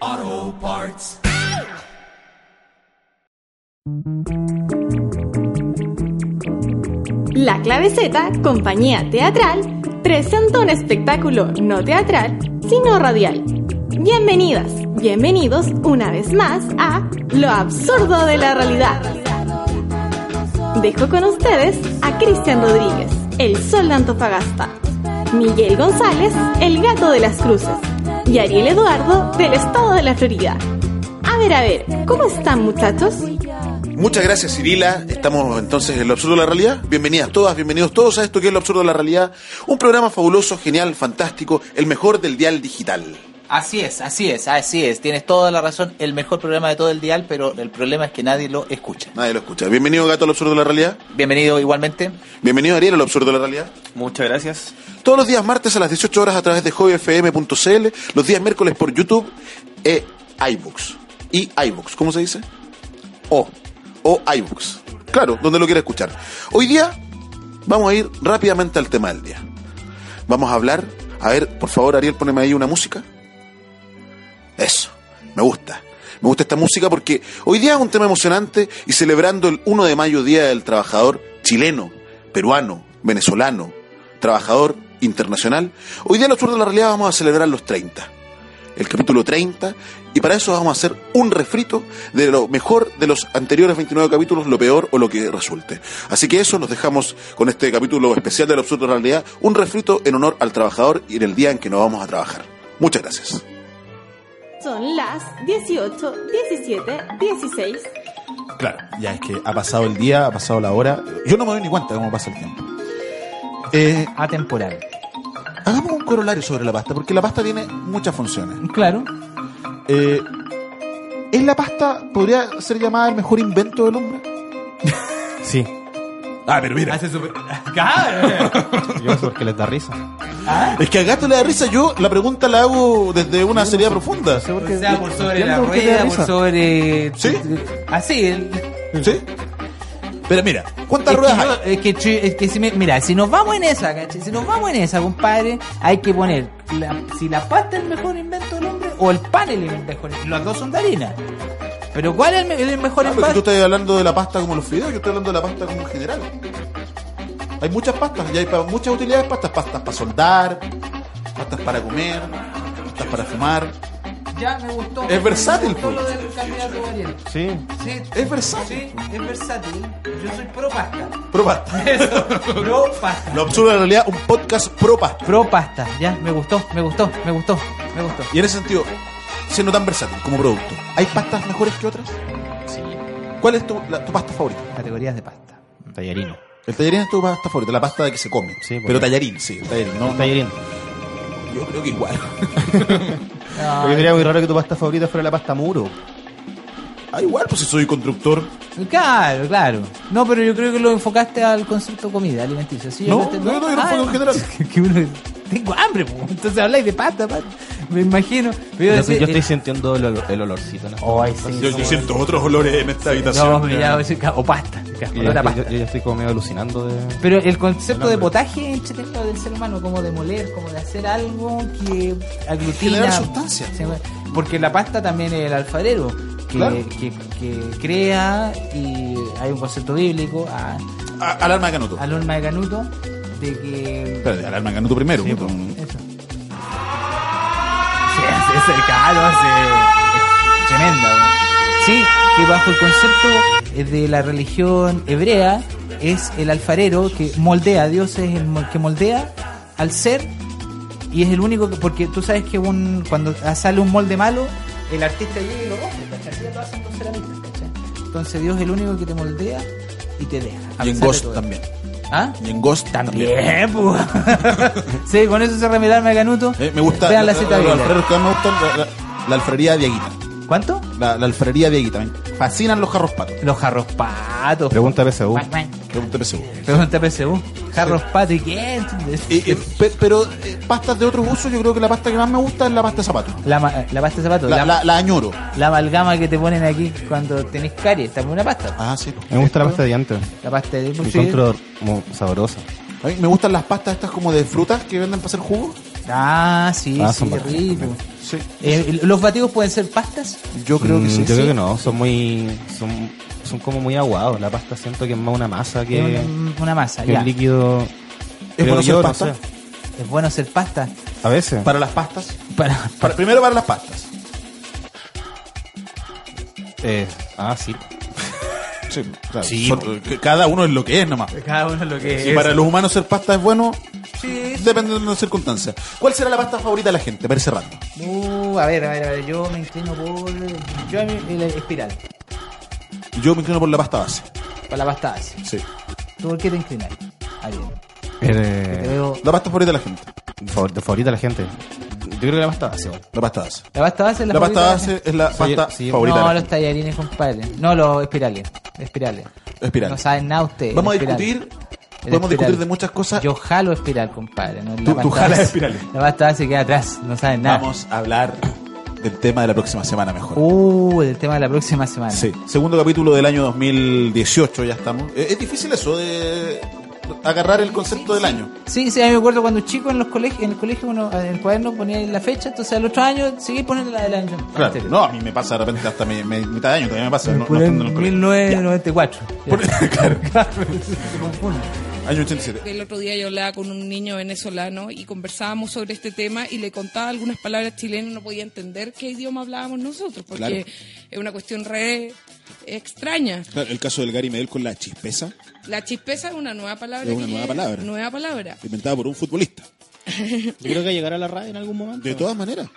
Auto parts. La Clave Z, compañía teatral, presenta un espectáculo no teatral, sino radial. Bienvenidas, bienvenidos una vez más a Lo Absurdo de la Realidad. Dejo con ustedes a Cristian Rodríguez, el Sol de Antofagasta, Miguel González, el Gato de las Cruces, y Ariel Eduardo, del Estado de la Florida. A ver, a ver, ¿cómo están muchachos? Muchas gracias, Cirila. Estamos entonces en Lo Absurdo de la Realidad. Bienvenidas todas, bienvenidos todos a esto que es Lo Absurdo de la Realidad. Un programa fabuloso, genial, fantástico, el mejor del dial digital. Así es, así es, así es. Tienes toda la razón. El mejor programa de todo el dial, pero el problema es que nadie lo escucha. Nadie lo escucha. Bienvenido, Gato, a Lo Absurdo de la Realidad. Bienvenido igualmente. Bienvenido, Ariel, a Lo Absurdo de la Realidad. Muchas gracias. Todos los días martes a las 18 horas a través de hobbyfm.cl, los días miércoles por YouTube e iBooks. Y iBooks, ¿cómo se dice? O. O iBooks. Claro, donde lo quiera escuchar. Hoy día vamos a ir rápidamente al tema del día. Vamos a hablar. A ver, por favor, Ariel, poneme ahí una música. Eso, me gusta. Me gusta esta música porque hoy día es un tema emocionante y celebrando el 1 de mayo, Día del Trabajador chileno, peruano, venezolano, trabajador internacional, hoy día en los Sur de la Realidad vamos a celebrar los 30, el capítulo 30, y para eso vamos a hacer un refrito de lo mejor de los anteriores 29 capítulos, lo peor o lo que resulte. Así que eso nos dejamos con este capítulo especial de la absurda realidad, un refrito en honor al trabajador y en el día en que nos vamos a trabajar. Muchas gracias. Son las 18, 17, 16. Claro, ya es que ha pasado el día, ha pasado la hora. Yo no me doy ni cuenta cómo pasa el tiempo. Eh, Atemporal. hagamos un corolario sobre la pasta, porque la pasta tiene muchas funciones. Claro. Eh, ¿Es la pasta, podría ser llamada el mejor invento del hombre? Sí. Ah, pero mira. Hace super... ¡Cabrón! Yo porque les da risa. Es que a Gato le da risa, yo la pregunta la hago desde una seriedad profunda. ¿Sí? O sea, por sobre yo la no creo que te rueda, avisa. por sobre... ¿Sí? Así. el- Pero mira, Es ¿cuántas que, ruedas hay? yo- es que chi- es que si me- mira, si nos vamos en esa, ¿cachai? Si nos vamos en esa, compadre, hay que poner la- si la pasta es el mejor invento del hombre o el pan es el mejor. Los dos son de harina. Pero ¿cuál es el, me- el mejor Ah, pero tú invento? estás hablando de la pasta como los fideos, yo estoy hablando de la pasta como en general. Hay muchas pastas, y hay para muchas utilidades pastas, pastas para soldar, pastas para comer, pastas para fumar. Ya me gustó. Es versátil, pues. Todo lo del candidato Ariel. Sí. Sí, Es versátil. sí, es versátil. Yo soy pro pasta. Pro pasta. Eso, pro pasta. Lo absurdo en realidad, un podcast pro pasta. Pro pasta, ya, me gustó, me gustó, me gustó, me gustó. Y en ese sentido, siendo tan versátil como producto, ¿hay pastas mejores que otras? Sí. ¿Cuál es tu, la- tu pasta favorita? Categorías de pasta. Tallarino. El tallarín es tu pasta favorita, la pasta de que se come. Sí, pues. porque- pero tallarín, sí, tallarín. No, Un tallarino. yo creo que igual. Porque sería muy raro que tu pasta favorita fuera la pasta muro. Ah, igual, pues si soy constructor. Claro, claro. No, pero yo creo que lo enfocaste al concepto comida alimenticia. Sí, No, yo lo- no, no, yo lo enfoco en general. Que uno, tengo hambre, po. entonces habláis de pasta, pa. me imagino. Pero Yo, decía, yo estoy eh, sintiendo el, olor- el olorcito. ¿no? Ay, sí. Yo, yo siento otros olores en esta no, habitación. mira, o sea, o pasta. o sea, Y olor a ya- pasta. yo, yo ya estoy como medio alucinando de... Pero el concepto El de hambre. potaje entretenido del ser humano, como de moler, como de hacer algo que aglutina. Generar sustancia. Se- Porque la pasta también es el alfarero, que, Claro. que, que crea y hay un concepto bíblico. ah, A- alarma de Canuto. al horno de Canuto de que. Espérate, alarma de Canuto primero. puto. Eso. Sí, hace ese caro, hace. es Tremenda, weón. Sí, que bajo el concepto eh, de la religión hebrea es el alfarero que moldea, Dios es el mo- que moldea al ser y es el único que. Porque tú sabes que un cuando sale un molde malo, el artista llega y lo rompe, ¿cachai? Así lo hacen con ceramistas, ¿cachai? Entonces Dios es el único que te moldea y te deja. a Y en pesar de Ghost todo. también. ¿Ah? Y en Ghost también. También, pues. sí, con eso se remelarme a Canuto. Eh, me gusta. Vean la los- cita los bíblica. alfareros que más me gustan, la, la- la alfarería de Aguita. ¿Cuánto? La la, la alfarería vieguita. Me fascinan los jarros patos. Los jarros patos. Pregunta uh. PSU. Guay, guay. Pregúntame seguro. Pregunta PSU. Jarros patos. ¿Y qué? Eh, eh, pe- pero eh, pastas de otros usos, yo creo que la pasta que más me gusta es la pasta de zapatos. La, ma- la pasta de zapatos. La, La, la- la añoro. la amalgama que te ponen aquí cuando tenés caries. También una pasta. Ah, sí. Me gusta la pasta de dientes. La pasta de... Me sí. Encuentro como sabrosa. A mí me gustan las pastas estas como de frutas que venden para hacer jugo. Ah, sí, Ah, sí, son qué bacanas. rico. Sí. Eh, ¿Los batidos pueden ser pastas? Yo creo que Mm, sí. Yo creo que no, son muy. Son, son como muy aguados. La pasta siento que es más una masa que, Eh, Una, una masa, que ya. un líquido. Creo bueno yo, hacer pasta? no sé. Es bueno hacer pasta A veces. Para las pastas. para... Para- primero para las pastas. Eh, ah, sí. Sí, claro. Son- que cada uno es lo que es nomás. Cada uno lo que Si para los humanos ser pasta es bueno, depende de las circunstancias. ¿Cuál será la pasta favorita de la gente? Parece rato. Uh, a ver, a ver, a ver, yo me inclino por... Yo a mí, el espiral, Yo me inclino por la pasta base. para la pasta base. Sí. ¿Tú por qué te inclinas? Ariel, te Eh, veo... La pasta favorita de la gente. favor- favorita de la gente. Yo creo que la pasta base. La pasta base. La pasta base es la, La pasta favorita de base es la Sí, pasta sí. favorita. de No, la los tallarines, compadre. No, los espirales. Espirales. gente. Espiral. No saben nada ustedes. Vamos a espiral. discutir. El Podemos espiral. discutir de muchas cosas. Yo jalo espiral, compadre. No, la Tú- tú pasta jalas base- espirales. La pasta base queda atrás, no saben nada. Vamos a hablar del tema de la próxima semana mejor. Uh, el tema de la próxima semana. Sí. Segundo capítulo del año 2018, ya estamos. Eh, Es difícil eso de agarrar el concepto del año. Sí, sí, a mí me acuerdo cuando chico en los colegios, en el colegio uno en el cuaderno ponía ahí la fecha, entonces al otro año seguí poniendo la del año. Claro, anterior. no, a mí me pasa de repente hasta mi- mi- mitad de año, todavía me pasa. No, no Poner estando en el colegio. 1994. Ya. claro, año 87. El otro día yo hablaba con un niño venezolano y conversábamos sobre este tema y le contaba algunas palabras chilenas, no podía entender qué idioma hablábamos nosotros, porque Claro. es una cuestión re extraña. Claro, el caso del Gary Medel con la chispeza, La chispeza es una nueva palabra. Es una que- nueva palabra. Nueva palabra. inventada por un futbolista. Yo creo que llegará a la radio en algún momento. De todas maneras.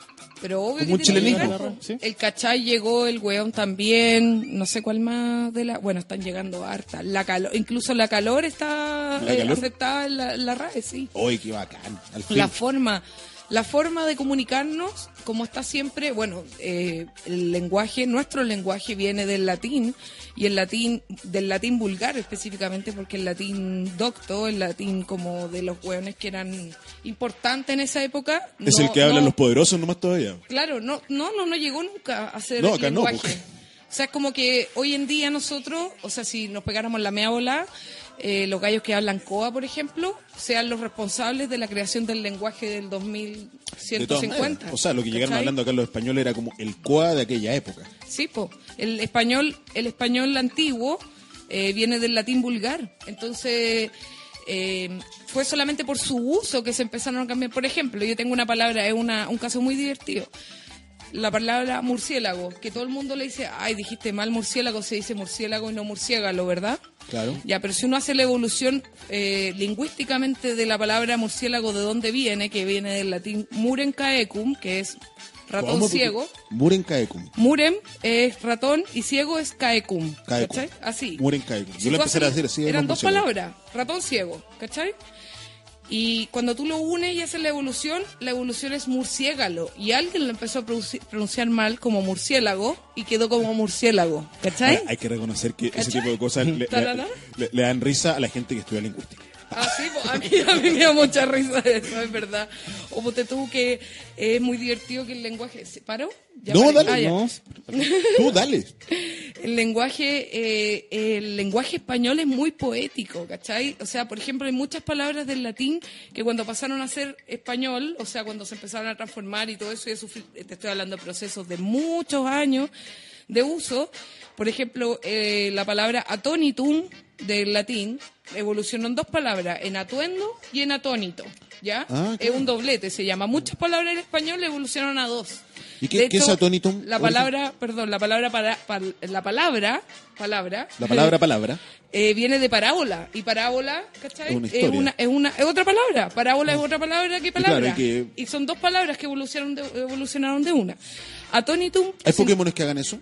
Pero obvio Como que tiene que chilenismo. llegar, po. Sí. El cachay llegó, el hueón también, no sé cuál más de la... Bueno, están llegando harta. La calor, incluso la calor está ¿La eh, calor? aceptada en la, la RAE, sí. Hoy qué bacán. Al fin. la forma la forma de comunicarnos como está siempre bueno eh, el lenguaje nuestro lenguaje viene del latín y el latín del latín vulgar específicamente porque el latín docto el latín como de los hueones que eran importantes en esa época es no- el que hablan no- los poderosos nomás todavía. Claro, no, no, no, no llegó nunca a ser No, acá no, pues. lenguaje. porque- O sea, es como que hoy en día nosotros, o sea, si nos pegáramos la mea bola, eh, los gallos que hablan coa, por ejemplo, sean los responsables de la creación del lenguaje del De todas maneras. 2150. O sea, lo que llegaron ¿cachai? hablando acá los españoles era como el coa de aquella época. Sí, po. El español, el español antiguo eh, viene del latín vulgar. Entonces, eh, fue solamente por su uso que se empezaron a cambiar. Por ejemplo, yo tengo una palabra, es una, un caso muy divertido. La palabra murciélago, que todo el mundo le dice, ay, dijiste mal murciélago, se dice murciélago y no murciélago, ¿verdad? Claro. Ya, pero si uno hace la evolución eh, lingüísticamente de la palabra murciélago, ¿de dónde viene? Que viene del latín murencaecum, que es ratón Vamos, ciego. Muren caecum. Murem es ratón y ciego es caecum. Caecum. ¿Cachai? Así. Muren caecum. Yo Si lo tú empecé a haces- decir así, Eran no dos funciona. palabras, ratón ciego, ¿cachai? Y cuando tú lo unes y haces la evolución, la evolución es murciégalo. Y alguien lo empezó a produci- pronunciar mal como murciélago y quedó como murciélago, ¿cachai? Ahora, Eh, hay que reconocer que ese ¿Cachai? tipo de cosas le, Tarara. le- le dan risa a la gente que estudia lingüística. Ah, sí, pues, a, mí, a mí me da mucha risa eso, es verdad. O ponte tú que es muy divertido que el lenguaje... ¿Se paró? Ya No, paré. Ah, dale, ya. No, Tú dale. El lenguaje, eh, el lenguaje español es muy poético, ¿cachai? O sea, por ejemplo, hay muchas palabras del latín que cuando pasaron a ser español, o sea, cuando se empezaron a transformar y todo eso, ya sufrí- te estoy hablando de procesos de muchos años de uso. Por ejemplo, eh, la palabra atonitum del latín evolucionó en dos palabras, en atuendo y en atónito, ¿ya? Ah, Es un doblete, se llama. Muchas palabras en español evolucionaron a dos. ¿Y qué- De qué es atónitum? La palabra, perdón, la palabra para, pal- la palabra, palabra, La palabra, palabra. eh, viene de parábola y parábola, ¿cachai? Es una es historia. una, es una- es otra palabra. Parábola es otra palabra que claro, palabra. y que- Y son dos palabras que evolucionaron de, evolucionaron de una. Atónitum. ¿Hay sin- Pokémones que hagan eso?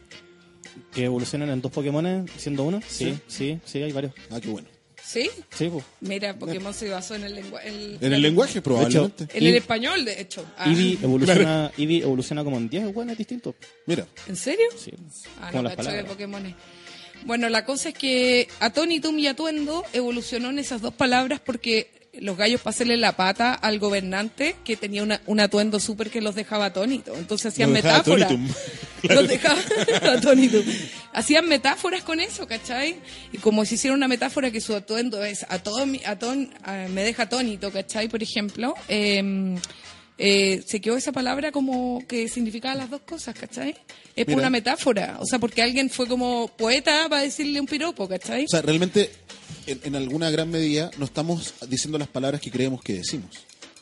que evolucionan en dos Pokémon siendo uno. Sí, sí, sí, hay varios. Ah, qué bueno. ¿Sí? Sí, pues. Mira, Pokémon se basó en el lenguaje. En el lenguaje, probablemente. En el Y- español, de hecho. Ah. Eevee evoluciona, Eevee evoluciona como en 10 weones distintos. Mira. ¿En serio? Sí. Ah, Como no, las cacho de palabras. Pokémon. Bueno, la cosa es que Atonitum y Atuendo evolucionó en esas dos palabras porque los gallos pasaron la pata al gobernante que tenía una- un atuendo súper que los dejaba atónitos. Entonces hacían Los dejaba metáforas. atónitum. Los dejaba atónitum. Hacían metáforas con eso, ¿cachai? Y como si hiciera una metáfora que su atuendo es atón, atón, ah, me deja atónito, ¿cachai? Por ejemplo, em, eh, se quedó esa palabra como que significaba las dos cosas, ¿cachai? Es por Mira. una metáfora, o sea, porque alguien fue como poeta para decirle un piropo, ¿cachai? O sea, realmente, en, en alguna gran medida, no estamos diciendo las palabras que creemos que decimos.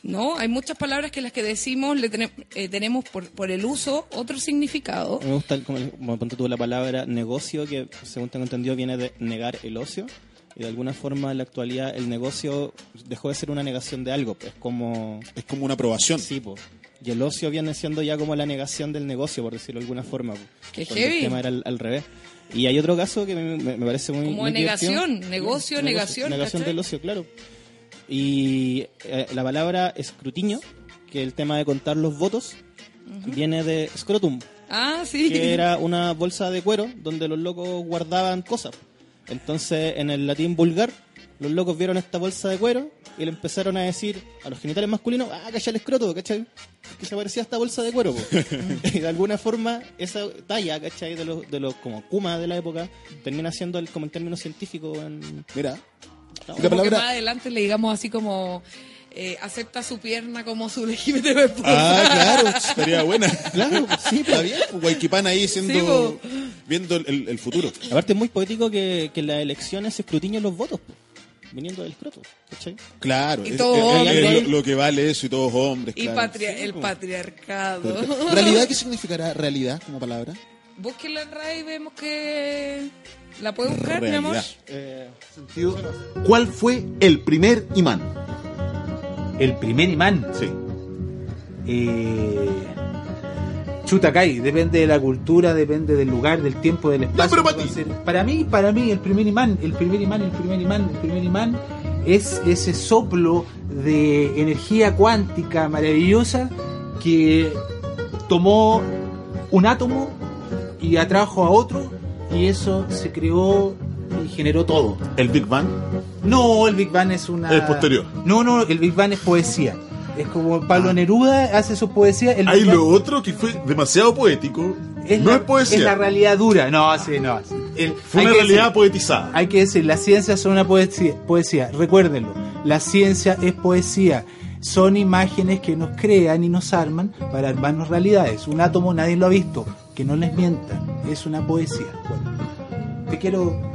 no, hay muchas palabras que las que decimos le tenem- eh, tenemos por, por el uso otro significado. Eh, Me gusta el- como, como ponte tú la palabra negocio, que según tengo entendido viene de negar el ocio. Y de alguna forma en la actualidad el negocio dejó de ser una negación de algo. pues, Es como... Es como una aprobación. Sí, po. Y el ocio viene siendo ya como la negación del negocio, por decirlo de alguna forma. po. Qué Cuando heavy. El tema era al, al revés. Y hay otro caso que me, me- me parece muy... Como muy divertido. negación, negocio, negación, Negación ¿cachai? del ocio, claro. Y eh, la palabra escrutinio, que es el tema de contar los votos, viene de scrotum, Ah, sí. que era una bolsa de cuero donde los locos guardaban cosas. Entonces, en el latín vulgar, los locos vieron esta bolsa de cuero y le empezaron a decir a los genitales masculinos, ah, calla el escroto, ¿cachai? Que se parecía a esta bolsa de cuero. po". y de alguna forma, esa talla, ¿cachai? De los, de los como kuma de la época, termina siendo el, como el término científico. En... Mira. Como que más adelante le digamos así como eh, acepta su pierna como su legítima esposa. Ah, claro, estaría buena. Claro, sí, pues, está bien. Guayquipán ahí siendo, pues. viendo el, el futuro. Aparte, es muy poético que, que en las elecciones se escrutiñen los votos, po, viniendo del escroto, ¿cachai? Claro, Y es- todos es- es hombres. lo, lo que vale eso y todos hombres. Y claro. patria- el patriarcado. ¿Realidad qué significará realidad como palabra? Búsquenla en RAI y vemos que... ¿La puede buscar, mi amor? Realidad. Eh, ¿Cuál fue el primer imán? El primer imán. Sí. Eh, Chutacay, depende de la cultura, depende del lugar, del tiempo, del espacio. Entonces, para mí, para mí, el primer imán, el primer imán, el primer imán, el primer imán es ese soplo de energía cuántica maravillosa que tomó un átomo y atrajo a otro y eso se creó y generó todo. El Big Bang. No, el Big Bang es una. Es posterior. No, no, el Big Bang es poesía. Es como Pablo Neruda hace su poesía. El Hay Big Bang lo otro que fue demasiado poético. es no la, es poesía. es la realidad dura. No, sí, no. sí. El- Fue hay una que realidad decir- poetizada. Hay que decir, las ciencias son una poesía, poesía. Recuérdenlo. La ciencia es poesía. Son imágenes que nos crean y nos arman para armarnos realidades. Un átomo nadie lo ha visto. Que no les mientan. Es una poesía. Bueno, te quiero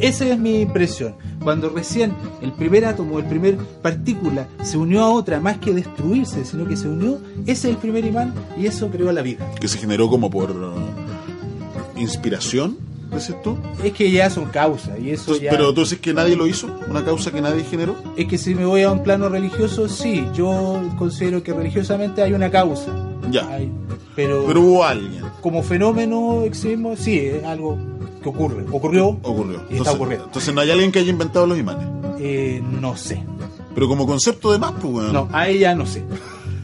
esa es mi impresión. Cuando recién el primer átomo, el primer partícula se unió a otra, más que destruirse, sino que se unió, ese es el primer imán y eso creó la vida. Que se generó como por eh, inspiración, dices tú. Es que ya son causas y eso ya... Pero entonces que nadie lo hizo, una causa que nadie generó. Es que si me voy a un plano religioso, sí, yo considero que religiosamente hay una causa. Ya. pero, Pero hubo alguien. Como fenómeno, eximo, sí, es algo que ocurre. Ocurrió, Ocurrió. está Entonces, ocurriendo. entonces no hay alguien que haya inventado los imanes. eh, no sé. Pero como concepto de más, pues, weón. No, a ella no sé.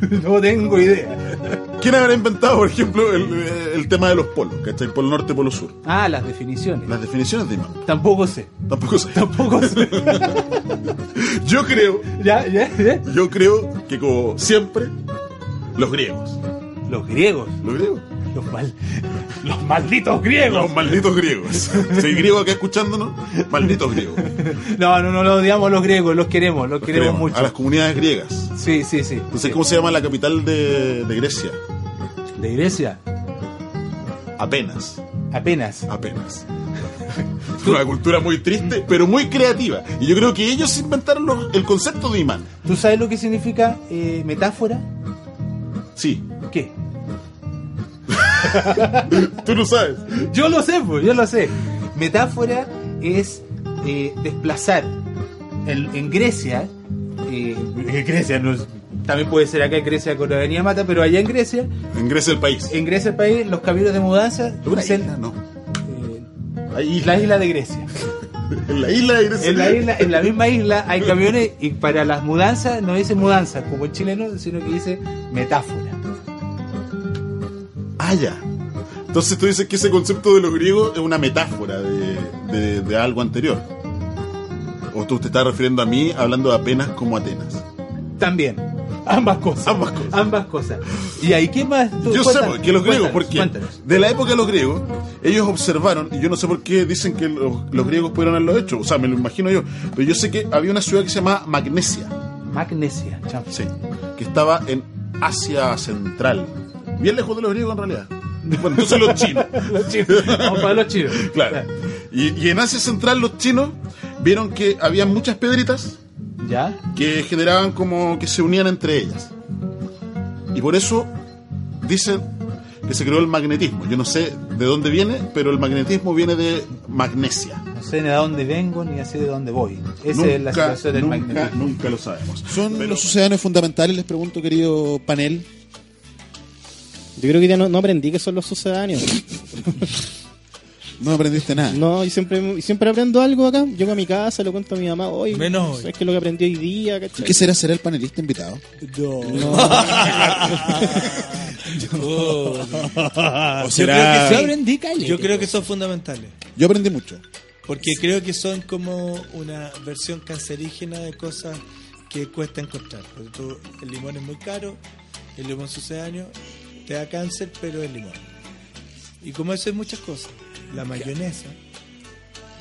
no tengo idea. ¿Quién habrá inventado, por ejemplo, el, eh, el tema de los polos? ¿Cachai? Polo norte, polo sur. Ah, las definiciones. Las definiciones de imán. Tampoco sé. Tampoco sé. Tampoco sé. Yo creo. Ya, ya, ya. Yo creo que, como siempre, los griegos. Los griegos. Los griegos. Los, mal- los malditos griegos. Los malditos griegos. Si hay griego acá escuchándonos, malditos griegos. No, no, no, no odiamos a los griegos, los queremos, los, queremos, Queremos mucho. A las comunidades griegas. Sí, sí, sí. Entonces, ¿cómo se llama la capital de, de Grecia? ¿De Grecia? Apenas. Apenas. Apenas. Una cultura muy triste, pero muy creativa. Y yo creo que ellos inventaron los- el concepto de imán. ¿Tú sabes lo que significa eh, metáfora? Sí. ¿Qué? Tú lo sabes. Yo lo sé, pues, yo lo sé. Metáfora es eh, desplazar. En, en Grecia, eh, en Grecia no es- también puede ser acá en Grecia con la Avenida Mata, pero allá en Grecia, En Grecia el país. en Grecia el país, los caminos de mudanza ¿Una se- isla? No. eh, Hay la isla de Grecia. En la isla de Grecia. En la, isla, en la misma isla hay camiones y para las mudanzas no dice mudanza como el chileno, sino que dice metáfora. Ah, ya. Entonces tú dices que ese concepto de los griegos es una metáfora de, de- de algo anterior. O tú te estás refiriendo a mí hablando de Atenas como Atenas. También. Ambas cosas. Ambas cosas. Ambas cosas. ¿Y ahí qué más? Tú, Yo sé cuéntanos, que los griegos, cuéntanos, porque cuéntanos. de la época de los griegos, ellos observaron, y yo no sé por qué dicen que los, los griegos pudieron haberlo hecho, o sea, me lo imagino yo, pero yo sé que había una ciudad que se llamaba Magnesia. Magnesia, Sí, que estaba en Asia Central, bien lejos de los griegos en realidad. Bueno, entonces los chinos. los chinos, vamos para los chinos. Claro. Y, y en Asia Central los chinos vieron que había muchas piedritas ¿Ya? que generaban como que se unían entre ellas. Y por eso dicen que se creó el magnetismo. Yo no sé de dónde viene, pero el magnetismo viene de Magnesia. No sé ni a dónde vengo ni así de dónde voy. Esa es la Nunca, situación del nunca, magnetismo. Nunca lo sabemos. ¿Son los océanos fundamentales? Les pregunto, querido panel. Yo creo que ya no, no aprendí que son los sucedáneos. no aprendiste nada. No, y siempre, y siempre aprendo algo acá. Llego a mi casa, lo cuento a mi mamá. Hoy, Menos Es que lo que aprendí hoy día, ¿cachai? ¿Y qué será? ¿Será el panelista invitado? será- O Yo creo que sí. Yo aprendí, cállate. Yo creo que son fundamentales. Yo aprendí mucho. Porque creo que son como una versión cancerígena de cosas que cuesta encontrar. Porque tú- el limón es muy caro, el limón sucedáneo te da cáncer, pero es limón. Y como eso hay muchas cosas. La mayonesa,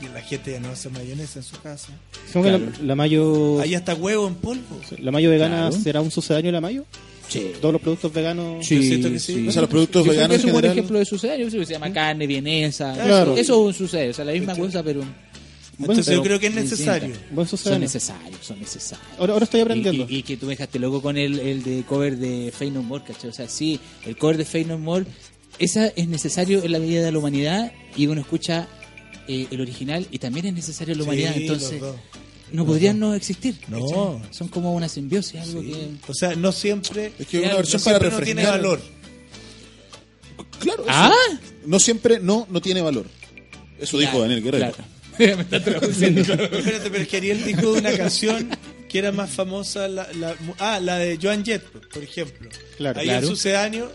y la gente ya no hace mayonesa en su casa. Supongo que la, la mayo. Hay hasta huevo en polvo. ¿La mayo vegana Claro. será un sucedáneo de la mayo? Sí. Todos los productos veganos. Sí, Yo siento que sí. sí. O sea, los productos Yo creo que veganos es un en buen general- ejemplo de sucedáneo, se llama carne vienesa. Claro. Eso, eso es un sucedáneo, o sea, la misma Este- cosa, pero. Entonces pero yo creo que es distinta. necesario. Buen sucedáneo. Son necesarios, son necesarios. Ahora- ahora estoy aprendiendo. Y, y- y que tú me dejaste loco con el, el de cover de Fey No More, ¿cachai? O sea, sí, el cover de Fey No More, esa es necesario en la vida de la humanidad y uno escucha eh, el original y también es necesario en la Sí, humanidad. los Entonces, dos. no podrían no existir. No. ¿cachai? Son como una simbiosis, algo que. O sea, no siempre. Es que una no versión siempre para no tiene refrescar. valor. Claro. Ah. eso. No siempre no, no tiene valor. Eso dijo Daniel Guerrero. Me está traduciendo. Espérate, pero es que Ariel dijo de una canción que era más famosa, la, la- ah, la de Joan Jett, por ejemplo. Claro, Ahí claro. el sucedáneo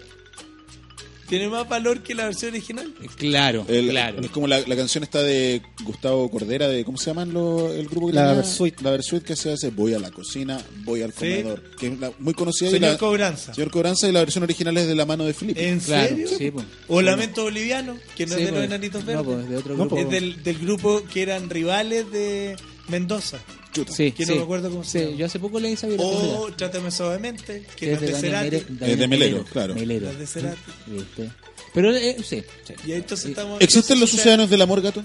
tiene más valor que la versión original. Claro, El- Es como la, la canción está de Gustavo Cordera, de ¿cómo se llaman los- el grupo que La tenía? Versuit. La Versuit que se hace Voy a la cocina, voy al Sí. comedor. Que es la- muy conocida. y Señor la, Cobranza. Señor Cobranza y la versión original es de la mano de Felipe. ¿En serio? o Lamento Boliviano, que no pues. Sí, es de los pues. enanitos No, verdes. pues, de otro No, grupo. Es del, del grupo que eran rivales de Mendoza. Eh, Sí, que sí. no me acuerdo cómo se Sí, llama. Yo hace poco leí esa biografía. Oh. O Trátame Suavemente, que Que no es es de de Cerati. Daniel Mere- Eh, de Melero, Melero, claro. Melero. No es de Cerati. ¿Viste? Pero eh, sí, sí. Y ahí entonces estamos... ¿Existen los sucedanos del amor, gato?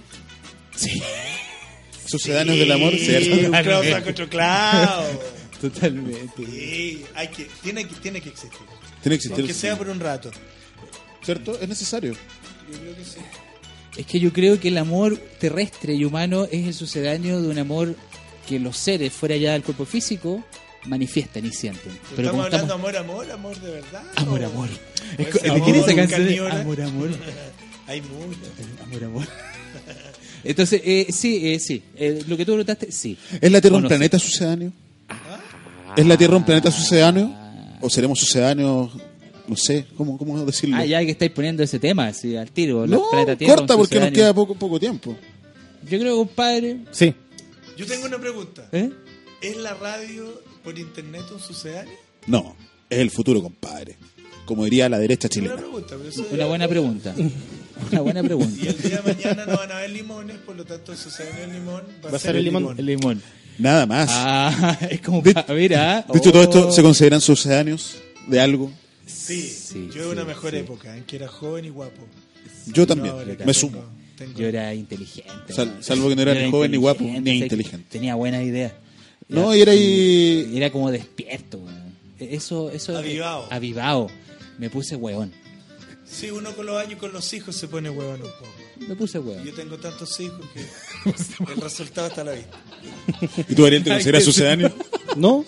Sí. ¿Sucedanos del amor? Sí, ¿cierto? un clavo saca otro clavo. Totalmente. Sí, hay que, tiene, que, tiene que existir. Tiene que existir, Aunque sí. sea por un rato. ¿Cierto? Es necesario. Yo creo que sí. Es que yo creo que el amor terrestre y humano es el sucedáneo de un amor que los seres fuera ya del cuerpo físico manifiestan y sienten. Pero como estamos hablando estamos... amor, amor, amor de verdad. Amor, amor. ¿O Es co- ese ¿de quién es esa amor canción? carnívoro? Amor, amor. Hay mucho. Amor, amor. Entonces, eh, sí, eh, sí. Eh, lo que tú notaste, sí. ¿Es la Tierra un Conoce- planeta sucedáneo? ¿Es la Tierra un planeta sucedáneo? ¿O seremos sucedáneos? No sé, ¿cómo, cómo decirlo? Ah, ya que estáis poniendo ese tema, así, al tiro. la no, planeta Tierra, corta un porque nos sucedáneo. queda poco, poco tiempo. Yo creo, compadre... Sí. Yo tengo una pregunta. ¿Eh? ¿Es la radio por internet un sucedáneo? No, es el futuro, compadre. Como diría la derecha Una chilena. pregunta. Pero eso Una buena pregunta. Una buena pregunta. Y el día de mañana no van a haber limones, por lo tanto el sucedáneo del limón va, Va a ser el limón. El limón. Nada más. Ah, es como para... Mira. Dicho todo esto, oh. ¿se consideran sucedáneos de algo? Sí, yo era una mejor época en que era joven y guapo. Yo también, ahora me tengo- sumo. tengo- Yo era inteligente. Sal- ¿no? salvo que no era Yo ni joven, ni guapo, inteligente, ni sé- inteligente. Tenía buena idea. No, y era ahí- Era como despierto, weón. E-, Eso, eso. Avivado. Avivado. Me puse weón. Sí, uno con los años y con los hijos se pone huevón un poco. Me puse weón. Yo tengo tantos hijos que el resultado está a la vista. ¿Y tú, Ariel, te consideras Ay, qué- sucedáneo? No.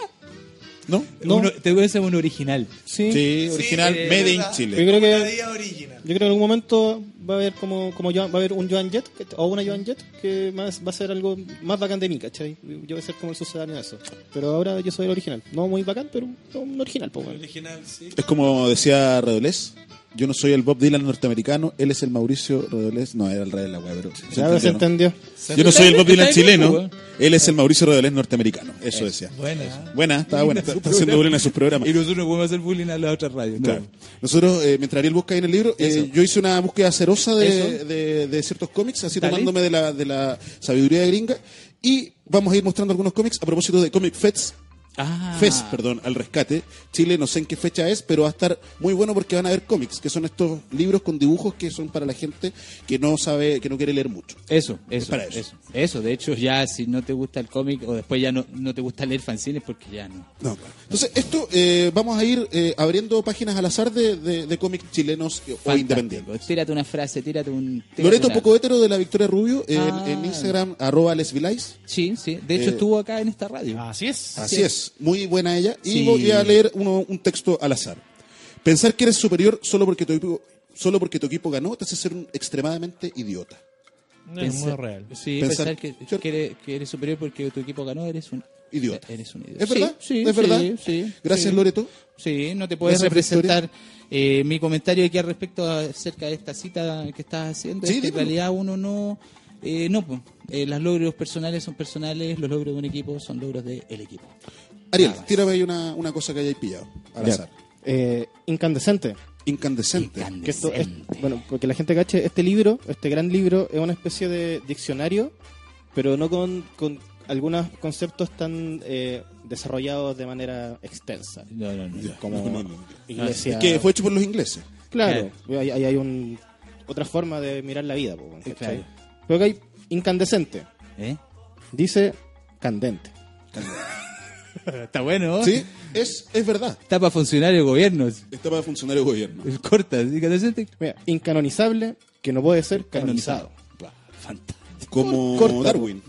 ¿No? Uno- te voy a hacer un original. Sí, eh, Yo creo que, yo creo que en algún momento va a haber como, como Joan- va a haber un Joan Jett que- o una Joan Jett que más, va a ser algo más bacán de mí, ¿cachai? Yo voy a ser como el sucedáneo de eso. Pero ahora yo soy el original. No muy bacán, pero un original, po, weón. Es como decía Redolés. Yo no soy el Bob Dylan norteamericano, él es el Mauricio Redolés. No, era el rey de la wea, pero. se Ya se entendió. Yo no soy el Bob Dylan Está bien, po, chileno, weón. él es el Mauricio Redolés norteamericano. Eso decía. Buena. Buena, estaba buena. Está, está haciendo bullying a sus programas. Y nosotros podemos hacer bullying a las otras radios. Claro. Nosotros, eh, mientras Ariel busca ahí en el libro, eh, yo hice una búsqueda cerosa de, Eso. de- de ciertos cómics, así Dale. tomándome de la, de la sabiduría de gringa. Y vamos a ir mostrando algunos cómics a propósito de Comic Fest. Ah. Fest, perdón, al rescate. Chile, no sé en qué fecha es, pero va a estar muy bueno porque van a haber cómics, que son estos libros con dibujos que son para la gente que no sabe, que no quiere leer mucho. Eso, eso, para eso. eso. eso. de hecho, ya si no te gusta el cómic o después ya no, no te gusta leer fanzines porque ya no. No, claro. Entonces, esto eh, vamos a ir eh, abriendo páginas al azar de, de- de cómics chilenos eh, o independientes. Tírate una frase, tírate un. tírate Loreto Este una- Poco Hétero de la Victoria Rubio en, Ah. en Instagram, arroba lesvilais. Sí, sí. De Eh, hecho, estuvo acá en esta radio. Ah, Así es. Así es, muy buena ella. Y Sí. voy a leer uno- un texto al azar. Pensar que eres superior solo porque tu equipo, solo porque tu equipo ganó te hace ser un extremadamente idiota. Pensa- Sí, Pensar- pensar, que, que eres, que eres superior porque tu equipo ganó, eres un Idiota. E-, Eres un idiota. ¿Es verdad? Sí, sí, ¿Es verdad? sí, sí, Gracias, sí. Loreto. Sí, no te puedes Gracias, representar eh, mi comentario aquí al respecto a- acerca de esta cita que estás haciendo. Sí, es que en dímelo. realidad uno no. eh, no, pues, eh, los logros personales son personales, los logros de un equipo son logros del equipo. Ariel, tírame ahí una, una cosa que hayáis pillado al Ya. azar. Eh, incandescente. Incandescente. Que esto Eh, es- bueno, porque la gente cache, este libro, este gran libro, es una especie de diccionario, pero no con, con algunos conceptos tan eh, desarrollados de manera extensa. No, no, no. Como No, no, no. iglesia. Es que fue hecho por los ingleses. Eh. Claro, ahí ahí hay, un, otra forma de mirar la vida. po, ¿cachai? claro. Pero que hay incandescente. ¿Eh? Dice candente. Está bueno. Sí, es, es verdad. Está para funcionarios de gobiernos. Está para funcionarios de gobierno. Corta, incandescente. Mira, incanonizable que no puede ser canonizado. Como Corta, Darwin.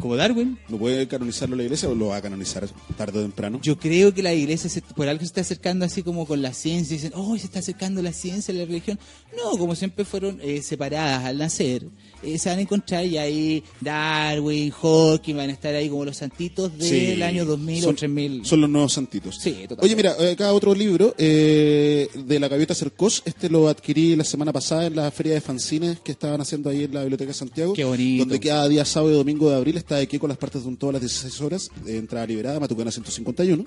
Como Darwin. ¿No puede canonizarlo la iglesia o lo va a canonizar tarde o temprano? Yo creo que la iglesia se- por algo se está acercando así como con la ciencia. Dicen, oh, se está acercando la ciencia, la religión. No, como siempre fueron eh, separadas al nacer. eh, se van a encontrar y ahí Darwin, Hawking van a estar ahí como los santitos del Sí. año 2000 Son- o 3000. Son los nuevos santitos. Sí, total. Oye, mira, eh, acá otro libro eh, de la gaviota Cercos. Este lo adquirí la semana pasada en la feria de fanzines que estaban haciendo ahí en la Biblioteca de Santiago. Qué bonito. Donde cada día sábado y domingo de abril está de Kiko las partes de un todo a las 16 horas. eh, entrada liberada, Matucana 151.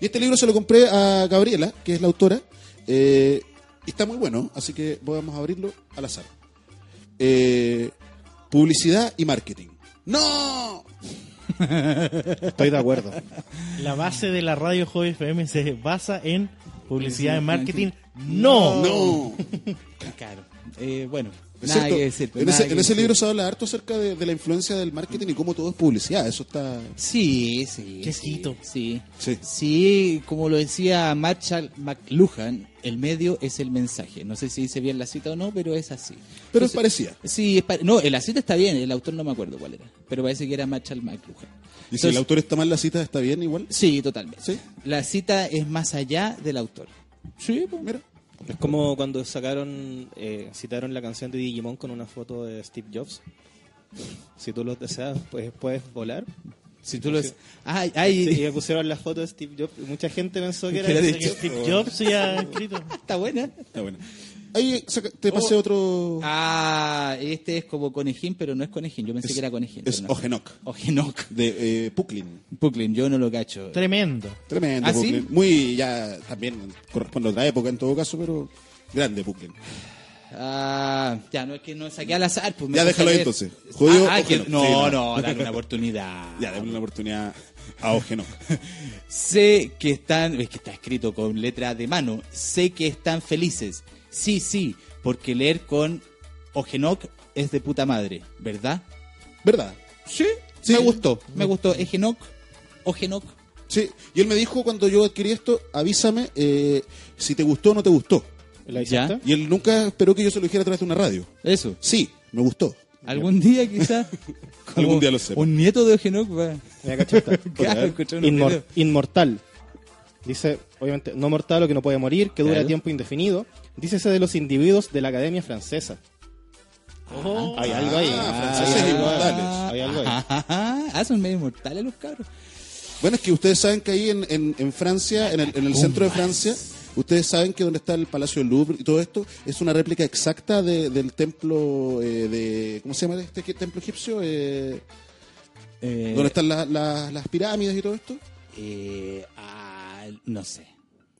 Y este libro se lo compré a Gabriela, que es la autora. eh, y está muy bueno, así que vamos a abrirlo al azar. Eh, publicidad y marketing. ¡No! Estoy de acuerdo. La base de la radio Joven FM se basa en publicidad y marketing. Oh. ¡No! ¡No! Claro. Eh, bueno, Es nada cierto, que decir. pues, en nada ese, que en ese decir. libro se habla harto acerca de, de la influencia del marketing y cómo todo es publicidad. Eso está. Sí, sí. Chesquito. Sí, sí. Sí, como lo decía Marshall McLuhan, el medio es el mensaje. No sé si dice bien la cita o no, pero es así. Pero Entonces, parecía. Sí, es pa- no, eh, la cita está bien, el autor no me acuerdo cuál era, pero parece que era Marshall McLuhan. Y si el autor está mal, la cita está bien igual. Sí, totalmente. La cita es más allá del autor. Sí, pues mira. Es como cuando sacaron, eh, citaron la canción de Digimon con una foto de Steve Jobs. Si tú lo deseas, pues puedes volar. Si tú lo des- Ay, ay. eh, Sí, y pusieron la foto de Steve Jobs. y Mucha gente pensó que era, Que era de que Steve Jobs ya escrito. ah, Está buena. Está bueno. Ahí saca- te pasé Oh. otro. Ah, este es como conejín, pero no es conejín. Yo pensé Es- que era conejín. Es pero no. Ogenok. Ogenok. De eh, Puklin. Puklin, yo no lo cacho. Tremendo. Tremendo ¿Ah, sí? Puklin. Muy ya también corresponde a otra época en todo caso, pero grande Puklin. Ah, ya, no es que no saqué al azar. Pues me Ya puse déjalo a ahí, leer. entonces. Jodido Ah, ah, que- Ogenok. no, Sí, no, no. dale una oportunidad. Ya, démosle una oportunidad a Ogenok. Sé que están, es que está escrito con letra de mano, sé que están felices. Sí, sí, porque leer con Ogenok es de puta madre, ¿verdad? ¿Verdad? Sí, Sí. me gustó, me gustó. Egenok, Ogenok, Sí, y él me dijo cuando yo adquirí esto, avísame eh, si te gustó o no te gustó. ¿Ya? Y él nunca esperó que yo se lo dijera a través de una radio. eso. Sí, me gustó. Algún día quizás Algún día lo sepa. un nieto de Ogenok va Mira, cacha esta. Claro, escuché unos Inmor- videos. inmortal. Dice, obviamente, no mortal o que no puede morir, que dura Claro. tiempo indefinido. Dícese de los individuos de la Academia Francesa. hay algo ahí. Ah, Hay franceses algo ahí. inmortales. Hay algo ahí. Ajá, ah, son medio mortales los cabros. Bueno, es que ustedes saben que ahí en, en- en Francia, en el, Oh, en el centro de Francia, ustedes saben que donde está el Palacio del Louvre y todo esto es una réplica exacta de- del templo eh, de. ¿Cómo se llama este que- templo egipcio? Eh, donde están la- la- las pirámides y todo esto. Eh, ah, no sé.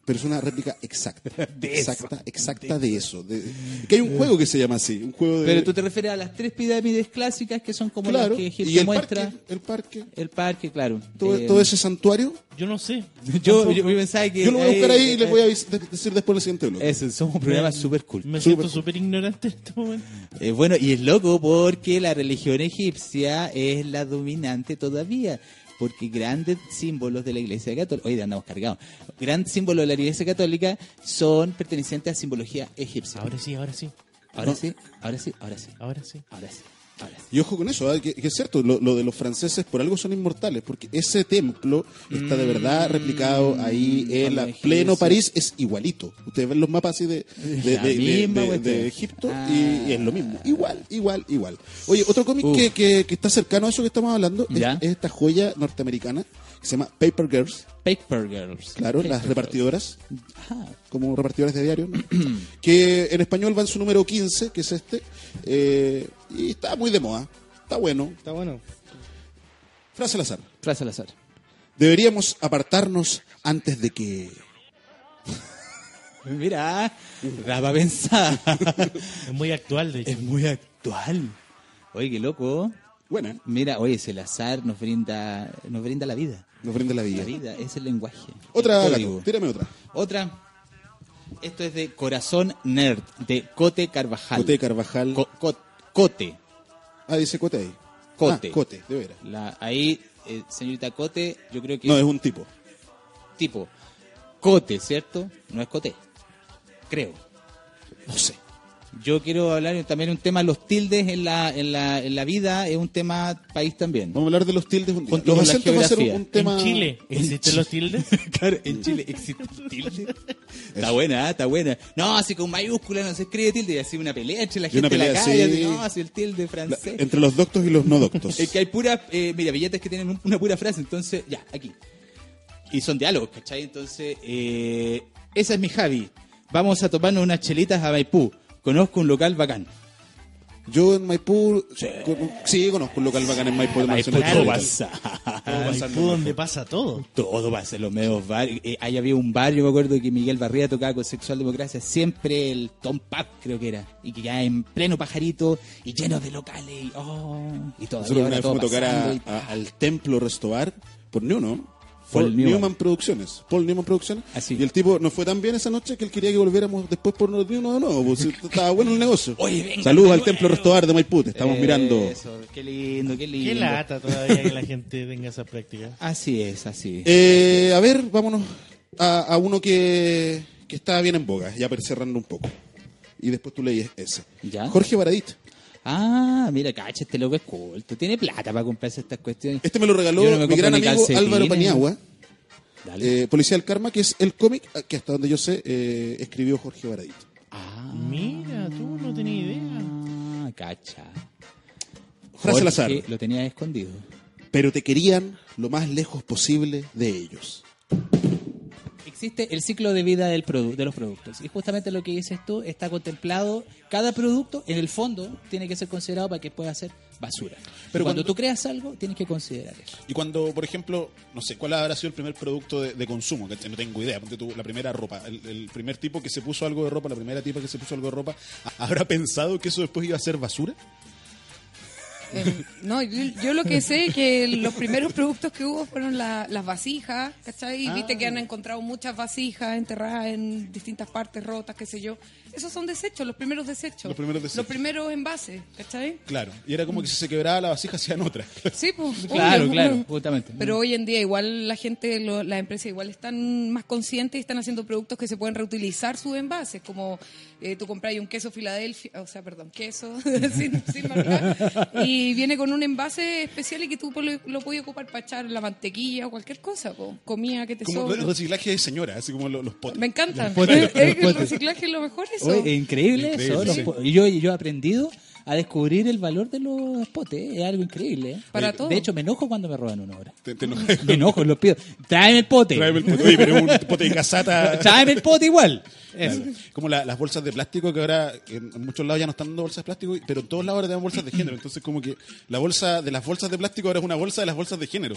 Pero es una réplica exacta. De eso. exacta, exacta de eso. de- que hay un juego que se llama así. Un juego de. Pero tú te refieres a las tres pirámides clásicas que son como Claro, las que y Egipto el muestra. el parque. El parque, claro. todo, Eh, todo ese santuario. Yo no sé. Yo, yo, yo pensaba que. Yo lo voy a buscar ahí y les voy a eh, avis- de- decir después en el siguiente bloque. Eso, somos un programa súper cool. Me Súper siento súper ignorante en este momento. Eh, bueno, y es loco porque la religión egipcia es la dominante todavía. Porque grandes símbolos de la Iglesia Católica, hoy andamos cargados, grandes símbolos de la Iglesia Católica son pertenecientes a simbología egipcia. Ahora sí, ahora sí. Ahora No. sí, ahora sí, ahora sí. Ahora sí. Ahora sí, ahora sí. Y ojo con eso, ¿ah? que, que es cierto, lo, lo de los franceses por algo son inmortales, porque ese templo está de verdad Mm. replicado ahí en la, pleno París, es igualito. Ustedes ven los mapas así de, de- La de- de- misma de- cuestión. Ah. de Egipto y, y es lo mismo. Igual, igual, igual. Oye, otro cómic que, que- que está cercano a eso que estamos hablando es, Ya. es esta joya norteamericana que se llama Paper Girls. Paper Girls. Claro, Paper las Girls. repartidoras, como repartidores de diario, ¿no? que en español va en su número 15, que es este, eh, y está muy de moda, está bueno. Está bueno. Frase al azar. Frase al azar. Deberíamos apartarnos antes de que... Mira, rapa pensada. es muy actual, de hecho. Es muy actual. Oye, qué loco. Bueno. Mira, oye, es el azar nos brinda, nos brinda la vida. Nos brinda la vida. La vida, es el lenguaje. Otra, El Gato, código. tírame otra. Otra. Esto es de Corazón Nerd, de Cote Carvajal. Cote Carvajal. Co- co- cote. Ah, dice Cote ahí. Cote. Ah, Cote, de veras. La- ahí, eh, señorita Cote, yo creo que No, es un tipo. tipo. Cote, ¿cierto? No es Cote. Creo. No sé. Yo quiero hablar también de un tema, los tildes en la, en la, en la vida, es un tema país también. Vamos a hablar de los tildes un día. Junto Los con la acentos va a ser un, un geografía. tema... ¿En Chile existen los tildes? claro, en Chile existe el tilde. Está buena, ¿eh? está buena. No, así con mayúsculas no se escribe tilde y así una pelea entre la Y una gente en la pelea, calle. sí. así, No, así el tilde la- francés. entre los doctos y los no doctos. Es que hay puras, eh, mira, billetes que tienen un- una pura frase, entonces, ya, aquí. Y son diálogos, ¿cachai? Entonces, eh, esa es mi Javi. Vamos a tomarnos unas chelitas a Maipú. Conozco un local bacán. Yo en Maipú... Sí, con- sí, conozco un local bacán en Maipú. de Maipú, Marcelo todo Chorita. pasa. Ay, ¿tú dónde pasa todo? Todo pasa en los medios barrios. Eh, ahí había un barrio, me acuerdo que Miguel Barría tocaba con Sexual Democracia, siempre el Tom Pap, creo que era. Y que ya en pleno pajarito y lleno de locales. Y, oh, y Nosotros todavía una ahora vez todo fuimos a tocar pasando a- y- a- al Templo Restobar por Newman. Paul Paul Newman. Ah, Newman. Producciones. Paul Newman Producciones. Y el tipo nos fue tan bien esa noche que él quería que volviéramos después por Newman de nuevo. pues, estaba bueno el negocio. Oye, venga, Saludos al de Templo Restobar de Maipú. Te estamos mirando. Eso, qué lindo, qué lindo. Qué lata todavía que la gente tenga esas prácticas. Así es, así es. Eh, a ver, vámonos a, a uno que, que está bien en boga. Ya para ir cerrando un poco. Y después tú lees ese. ¿Ya? Jorge Baradit. Ah, mira, cacha, este loco es culto. Tiene plata para comprarse estas cuestiones. Este me lo regaló Yo no me mi compro gran ni amigo calcetines. Álvaro Paniagua. Dale. eh, Policía del Karma, que es el cómic eh, que hasta donde yo sé eh, escribió Jorge Baradit. Mira, tú no tenías idea. Ah, cacha. Frase al azar. Jorge Lo tenía escondido. Pero te querían lo más lejos posible de ellos. Existe el ciclo de vida del produ- de los productos. Y justamente lo que dices tú está contemplado. Cada producto, en el fondo, tiene que ser considerado para que pueda ser basura. Pero Pero cuando, cuando- tú creas algo, tienes que considerar eso. Y cuando, por ejemplo, no sé, ¿cuál habrá sido el primer producto de, de consumo? Que no tengo idea. Ponte tú, la primera ropa. El, el primer tipo que se puso algo de ropa, la primera tipa que se puso algo de ropa, ¿habrá pensado que eso después iba a ser basura? Eh, no, yo, yo lo que sé es que los primeros productos que hubo fueron la- las vasijas, Ah. ¿cachai? Y viste que han encontrado muchas vasijas enterradas en distintas partes rotas, qué sé yo. Esos son desechos, los primeros desechos. Los primeros desechos. Los primeros envases, ¿cachai? Claro. Y era como que si se quebraba la vasija hacían otra. Sí, pues. Claro, obvio. claro, justamente. Pero hoy en día igual la gente, lo- las empresas igual están más conscientes y están haciendo productos que se pueden reutilizar sus envases, como eh, tú compras un queso Filadelfia, o sea, perdón, queso sin, sin marca, y viene con un envase especial y que tú lo, lo puedes ocupar para echar la mantequilla o cualquier cosa, po, comida que te Como sobra. re- reciclaje de señora, así como lo- los, potes. Me encanta. Los potes, Eh, los el potes. reciclaje es lo mejor eso. Oye, es increíble, eso. Increíble, los sí. po- Pues, Y yo, y yo he aprendido a descubrir el valor de los potes. ¿eh? Es algo increíble. ¿eh? Para Oye, todo. De hecho, me enojo cuando me roban una hora. Te- te eno- Me enojo, los pido. Tráeme el pote. Tráeme el pote. Oye, pero un pote de casata. Tráeme el pote igual. Claro. Como la- las bolsas de plástico que ahora en, en muchos lados ya no están dando bolsas de plástico, pero en todos lados ahora te dan bolsas de género. Entonces como que la bolsa de las bolsas de plástico ahora es una bolsa de las bolsas de género.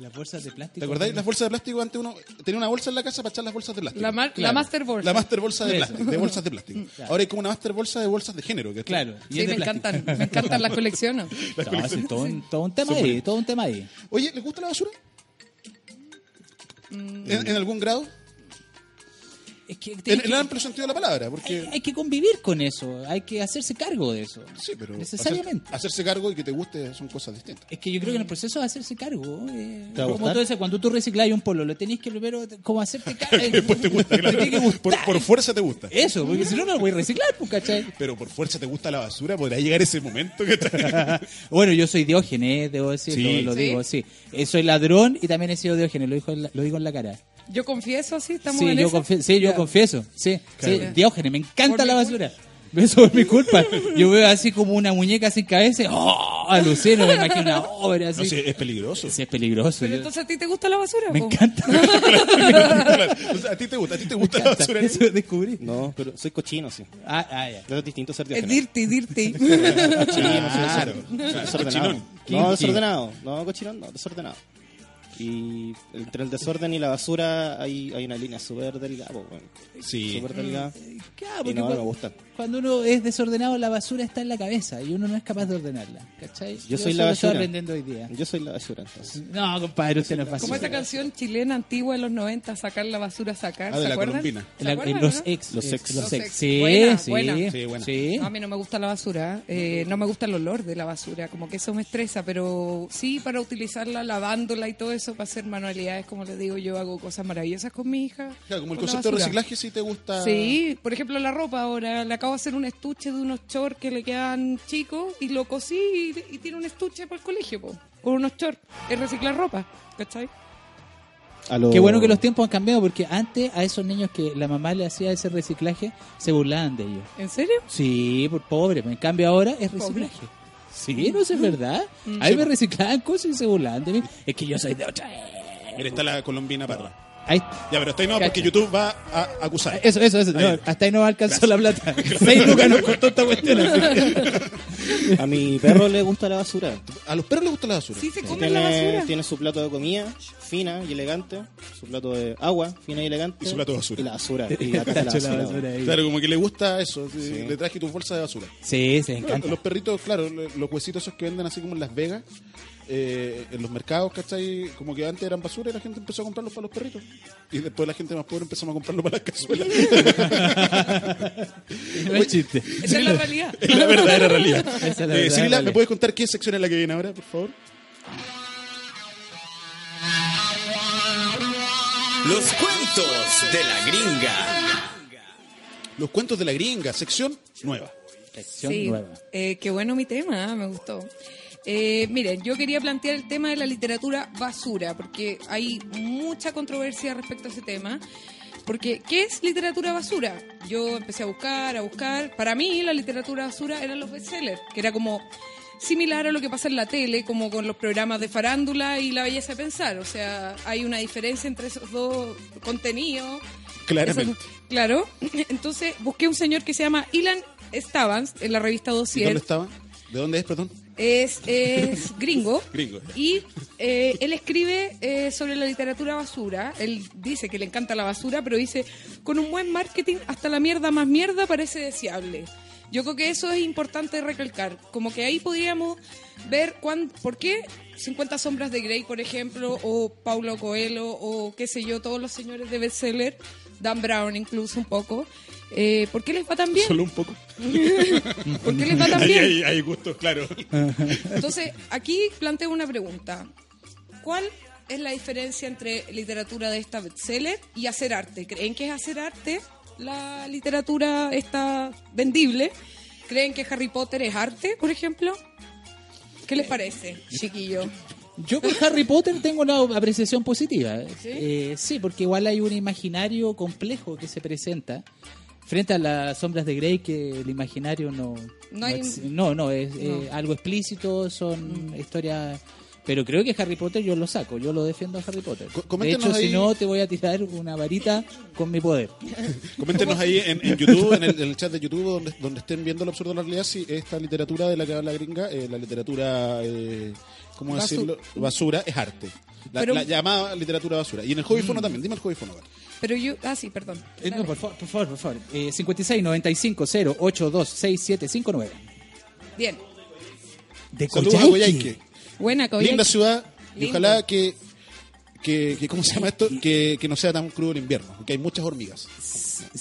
Las bolsas de plástico. ¿Te acordáis? Las bolsas de plástico antes uno tenía una bolsa en la casa para echar las bolsas de plástico. La mar- la master bolsa. La master bolsa de Eso. plástico, de bolsas de plástico. Claro. Ahora hay como una master bolsa de bolsas de género. ¿cachai? Claro. Y Sí, es de me plástico. encantan, me encantan las colecciones. No, sí, todo, un, todo un tema Súper. ahí, todo un tema ahí. Oye, ¿les gusta la basura? Mm. ¿En, en algún grado? Es que, en el amplio sentido de la palabra, porque... Hay que convivir con eso, hay que hacerse cargo de eso. Sí, pero Necesariamente. hacer- hacerse cargo y que te guste son cosas distintas. Es que yo creo que en el proceso de hacerse cargo, eh, va a como gustar? tú dices, cuando tú reciclas un polo, lo tenés que primero te- como hacerte cargo. Después te gusta, claro. Por, por fuerza te gusta. Eso, porque si no, no lo voy a reciclar, pues, ¿cachai? Pero por fuerza te gusta la basura, podrá llegar ese momento que bueno, yo soy Diógenes, debo decir, Sí. lo, lo Sí. digo, sí. Eh, soy ladrón y también he sido Diógenes, lo, dijo en la- lo digo en la cara. Yo confieso, sí, estamos Sí, en yo, esa. confie- sí yo Ya. confieso, sí, Claro. sí, Diógenes, me encanta la basura. Eso es mi culpa. Yo veo así como una muñeca sin cabeza, y, ¡oh! Alucino, me imagino una obra así. No sé, es peligroso. Sí, es peligroso. Pero yo- entonces a ti te gusta la basura, po? O sea, a ti te gusta, a ti te gusta la encanta. basura. Eso descubrí. No, pero soy cochino, sí. Ah, ah, ya. Eso es distinto a ser Es Ah, diógenes. dirty, dirty. Cochino, soy Claro. desordenado. Cochinón. Desordenado. No, desordenado. No, cochinón, no, desordenado. Y entre el desorden y la basura hay, hay una línea súper delgada, po, weón. Sí. Súper delgada. Claro, Y Ah, porque no, no cua- me gusta. Cuando uno es desordenado, la basura está en la cabeza y uno no es capaz de ordenarla. ¿Cachai? Yo soy eso la lo estoy basura. aprendiendo hoy día. Yo soy la basura, entonces. No, compadre, usted no es Como basura. esta canción chilena antigua de los 90, sacar la basura, sacar. Ah, de ¿Se la acuerdan? Colombina. ¿Se La- acuerdan, en los no? ex, ¿eh? Los ex. Los ex. Sí, Buena, sí. buena. Sí, buena. Sí. A mí no me gusta la basura. eh, no me gusta el olor de la basura. Como que eso me estresa, pero sí para utilizarla lavándola y todo eso, para hacer manualidades, como les digo, yo hago cosas maravillosas con mi hija. Claro, como el con la concepto de basura. reciclaje sí te gusta. Sí, por ejemplo la ropa ahora, le acabo de hacer un estuche de unos shorts que le quedan chicos y lo cosí y, y tiene un estuche para el colegio, po, con unos shorts, es reciclar ropa, ¿cachai? Qué bueno que los tiempos han cambiado porque antes a esos niños que la mamá le hacía ese reciclaje se burlaban de ellos. ¿En serio? Sí, por pobre. En cambio ahora es reciclaje. Sí, no sé, ¿verdad? Mm. Ahí Sí. me reciclaban cosas y se burlaban de mí. Es que yo soy de otra era. Mira, está la colombina parra. Ahí- Ya, pero está ahí no, porque YouTube va a acusar. Eso, eso, eso. Ahí. No, hasta ahí no alcanzó la plata. Seis lucas nos costó esta cuestión. A mi perro le gusta la basura. A los perros les gusta la basura. Sí, se tiene, Tiene su plato de comida fina y elegante, su plato de agua fina y elegante. Y su plato de basura. Y la basura. Y Y la, la la tacho la basura. basura weón. ahí. Claro, como que le gusta eso. sí, Sí. Le traje tu bolsa de basura. Sí, se Claro, les encanta. los perritos, claro, lo- los huesitos esos que venden así como en Las Vegas, eh, en los mercados, ¿cachai? Como que antes eran basura y la gente empezó a comprarlos para los perritos. Y después la gente más pobre empezamos a comprarlos para las cazuelas. No es chiste. Esa es la realidad. Es la verdadera realidad. Esa es la Eh, verdadera Cirila, ¿me realidad. puedes contar qué sección es la que viene ahora, por favor? Los cuentos de la gringa. Los cuentos de la gringa, sección nueva. Sección Sí, eh, qué bueno mi tema, ¿eh? me gustó. Eh, miren, yo quería plantear el tema de la literatura basura, porque hay mucha controversia respecto a ese tema. Porque, ¿qué es literatura basura? Yo empecé a buscar, a buscar. Para mí, la literatura basura eran los bestsellers, que era como similar a lo que pasa en la tele, como con los programas de farándula y la belleza de pensar. O sea, hay una diferencia entre esos dos contenidos. Claramente. Claro, entonces busqué un señor que se llama Ilan Stavans en la revista ¿Y dónde 200. estaba? ¿De dónde es, perdón? Es, es gringo Gringo. y eh, él escribe eh, sobre la literatura basura. Él dice que le encanta la basura, pero dice, con un buen marketing hasta la mierda más mierda parece deseable. Yo creo que eso es importante recalcar. Como que ahí podríamos ver cuán, por qué 50 sombras de Grey, por ejemplo, o Paulo Coelho, o qué sé yo, todos los señores de bestseller Dan Brown incluso un poco. Eh, ¿Por qué les va tan bien? Solo un poco. ¿Por qué les va tan bien? Hay, hay- hay gustos, claro. Entonces, aquí planteo una pregunta. ¿Cuál es la diferencia entre literatura de esta bestseller y hacer arte? ¿Creen que es hacer arte la literatura esta vendible? ¿Creen que Harry Potter es arte, por ejemplo? ¿Qué les parece, chiquillo? Yo con Harry Potter tengo una apreciación positiva. ¿Sí? Eh, sí, porque igual hay un imaginario complejo que se presenta frente a las sombras de Grey que el imaginario no No hay- exi- no, no, es eh, No. Mm. algo explícito, son historias pero creo que Harry Potter yo lo saco, yo lo defiendo a Harry Potter. de coméntenos hecho, ahí- si no te voy a tirar una varita con mi poder. Coméntenos ahí en, en YouTube, en el, en el chat de YouTube, donde, donde estén viendo el absurdo de la realidad, si esta literatura de la que habla gringa, eh, la literatura, eh, ¿cómo Basu- decirlo? Basura, es arte. La, Pero- la llamada literatura basura. Y en el hobby fono también, dime el hobby fono. Vale. Pero yo... Ah, sí, perdón. Eh, no, por favor, por favor, por favor. Eh, 56 95 082 6759. Bien. De Saludos a Coyhaique. Buena, Coyhaique. Linda ciudad, y Lindo. ojalá que, que, que- ¿cómo se llama esto? Que, que no sea tan crudo el invierno, porque hay muchas hormigas.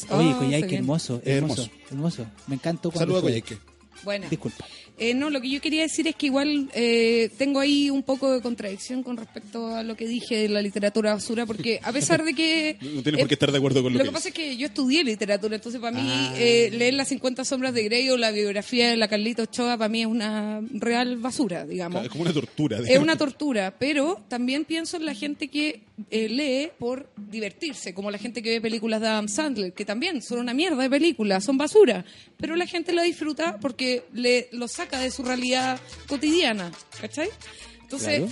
Oye, Coyhaique, hermoso, Es hermoso, hermoso. Me encantó cuando Saludos a fue. Coyhaique. Buena. Disculpa. Eh, no, lo que yo quería decir es que igual eh, tengo ahí un poco de contradicción con respecto a lo que dije de la literatura basura, porque a pesar de que... No tienes por qué estar de acuerdo con lo, Lo que que pasa es que yo estudié literatura, entonces para mí Ah. eh, leer las 50 sombras de Grey o la biografía de la Carlita Ochoa para mí es una real basura, digamos. Claro, Es como una tortura. Es digamos. una tortura, pero también pienso en la gente que eh, lee por divertirse, como la gente que ve películas de Adam Sandler, que también son una mierda de películas, son basura, pero la gente la disfruta porque le, lo saca de su realidad cotidiana, ¿cachai? Entonces, Claro.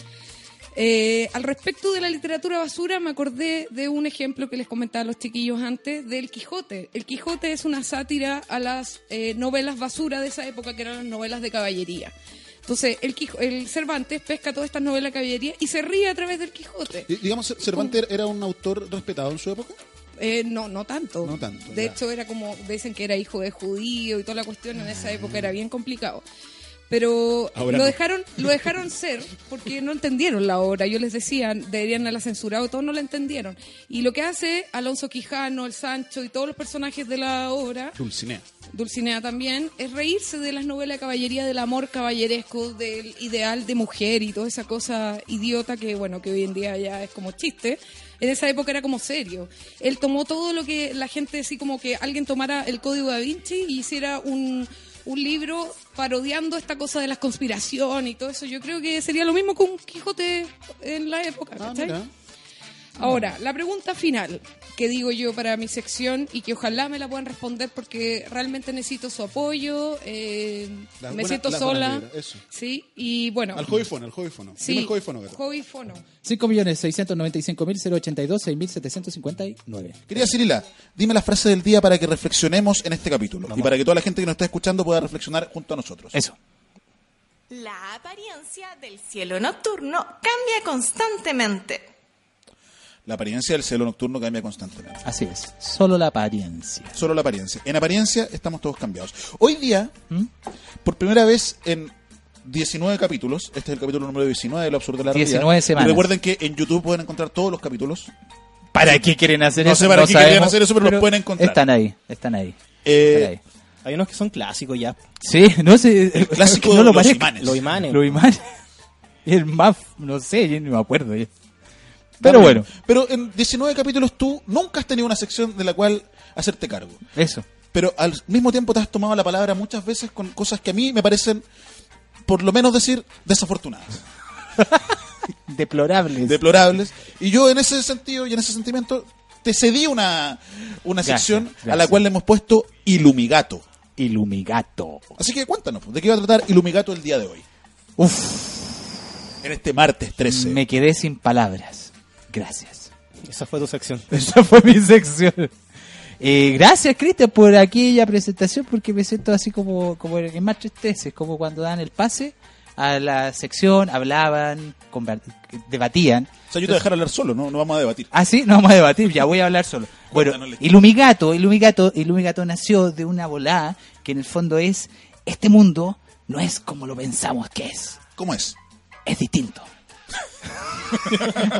eh, al respecto de la literatura basura, me acordé de un ejemplo que les comentaba a los chiquillos antes, del Quijote. El Quijote es una sátira a las eh, novelas basura de esa época, que eran las novelas de caballería. Entonces, el, Quijo- el Cervantes pesca todas estas novelas de caballería y se ríe a través del Quijote. Eh, Y- Digamos, Cervantes era un autor respetado en su época. Eh, no, no tanto. No tanto. De ya. hecho, era como, dicen que era hijo de judío y toda la cuestión, en Ah. esa época era bien complicado. Pero Ahora lo no. dejaron lo dejaron ser porque no entendieron la obra. Yo les decía, deberían haberla censurado, todos no la entendieron. Y lo que hace Alonso Quijano, el Sancho y todos los personajes de la obra Dulcinea. Dulcinea también, es reírse de las novelas de caballería, del amor caballeresco, del ideal de mujer y toda esa cosa idiota que, bueno, que hoy en día ya es como chiste. En esa época era como serio. Él tomó todo lo que la gente, así como que alguien tomara el código da Vinci y hiciera un, un libro parodiando esta cosa de las conspiraciones y todo eso. Yo creo que sería lo mismo con un Quijote en la época. ¿cachai? Ahora, la pregunta final que digo yo para mi sección y que ojalá me la puedan responder porque realmente necesito su apoyo, eh, Las me buenas- siento las sola. buenas vibras, eso. Sí, y bueno. Al hobby fono, al hobby fono. Sí, Dime el hobby fono, Gato. 5.695.082, 6.759. Querida Cirila, dime la frase del día para que reflexionemos en este capítulo y para que toda la gente que nos está escuchando pueda reflexionar junto a nosotros. Eso. La apariencia del cielo nocturno cambia constantemente. La apariencia del cielo nocturno cambia constantemente. Así es, solo la apariencia. Solo la apariencia. En apariencia estamos todos cambiados. Hoy día, ¿Mm? por primera vez en 19 capítulos, este es el capítulo número 19 de Lo Absurdo de la 19 Realidad. semanas. Y recuerden que en YouTube pueden encontrar todos los capítulos. ¿Para qué quieren hacer No eso? sé para qué querían sabemos, hacer eso, pero, los pueden encontrar. Eh, Están ahí, están ahí. Están ahí. Hay unos que son clásicos ya. Sí, no sé. El clásico, es que no lo los parezca. imanes. Los imanes. Los imanes. El más, no sé, yo ni me acuerdo. ya. También. Pero bueno, Pero en 19 capítulos tú nunca has tenido una sección de la cual hacerte cargo. eso. Pero al mismo tiempo te has tomado la palabra muchas veces con cosas que a mí me parecen, por lo menos decir, desafortunadas. Deplorables. Deplorables. Y yo en ese sentido y en ese sentimiento te cedí una, una Gracias, sección a la gracias. cual le hemos puesto Ilumigato. Ilumigato. Así que cuéntanos, ¿de qué va a tratar Ilumigato el día de hoy? En este martes 13. Me quedé sin palabras. Gracias. Esa fue tu sección. Esa fue mi sección. Eh, gracias, Cristian, por aquella presentación, porque me siento así como, como en más tristeza, es como cuando dan el pase a la sección, hablaban, conver- debatían. O sea, yo te voy a dejar hablar solo, no, no vamos a debatir. Ah, sí, no vamos a debatir, ya voy a hablar solo. Bueno, Ilumigato, Ilumigato, Ilumigato nació de una volada que en el fondo es, este mundo no es como lo pensamos que es. ¿Cómo es? Es distinto.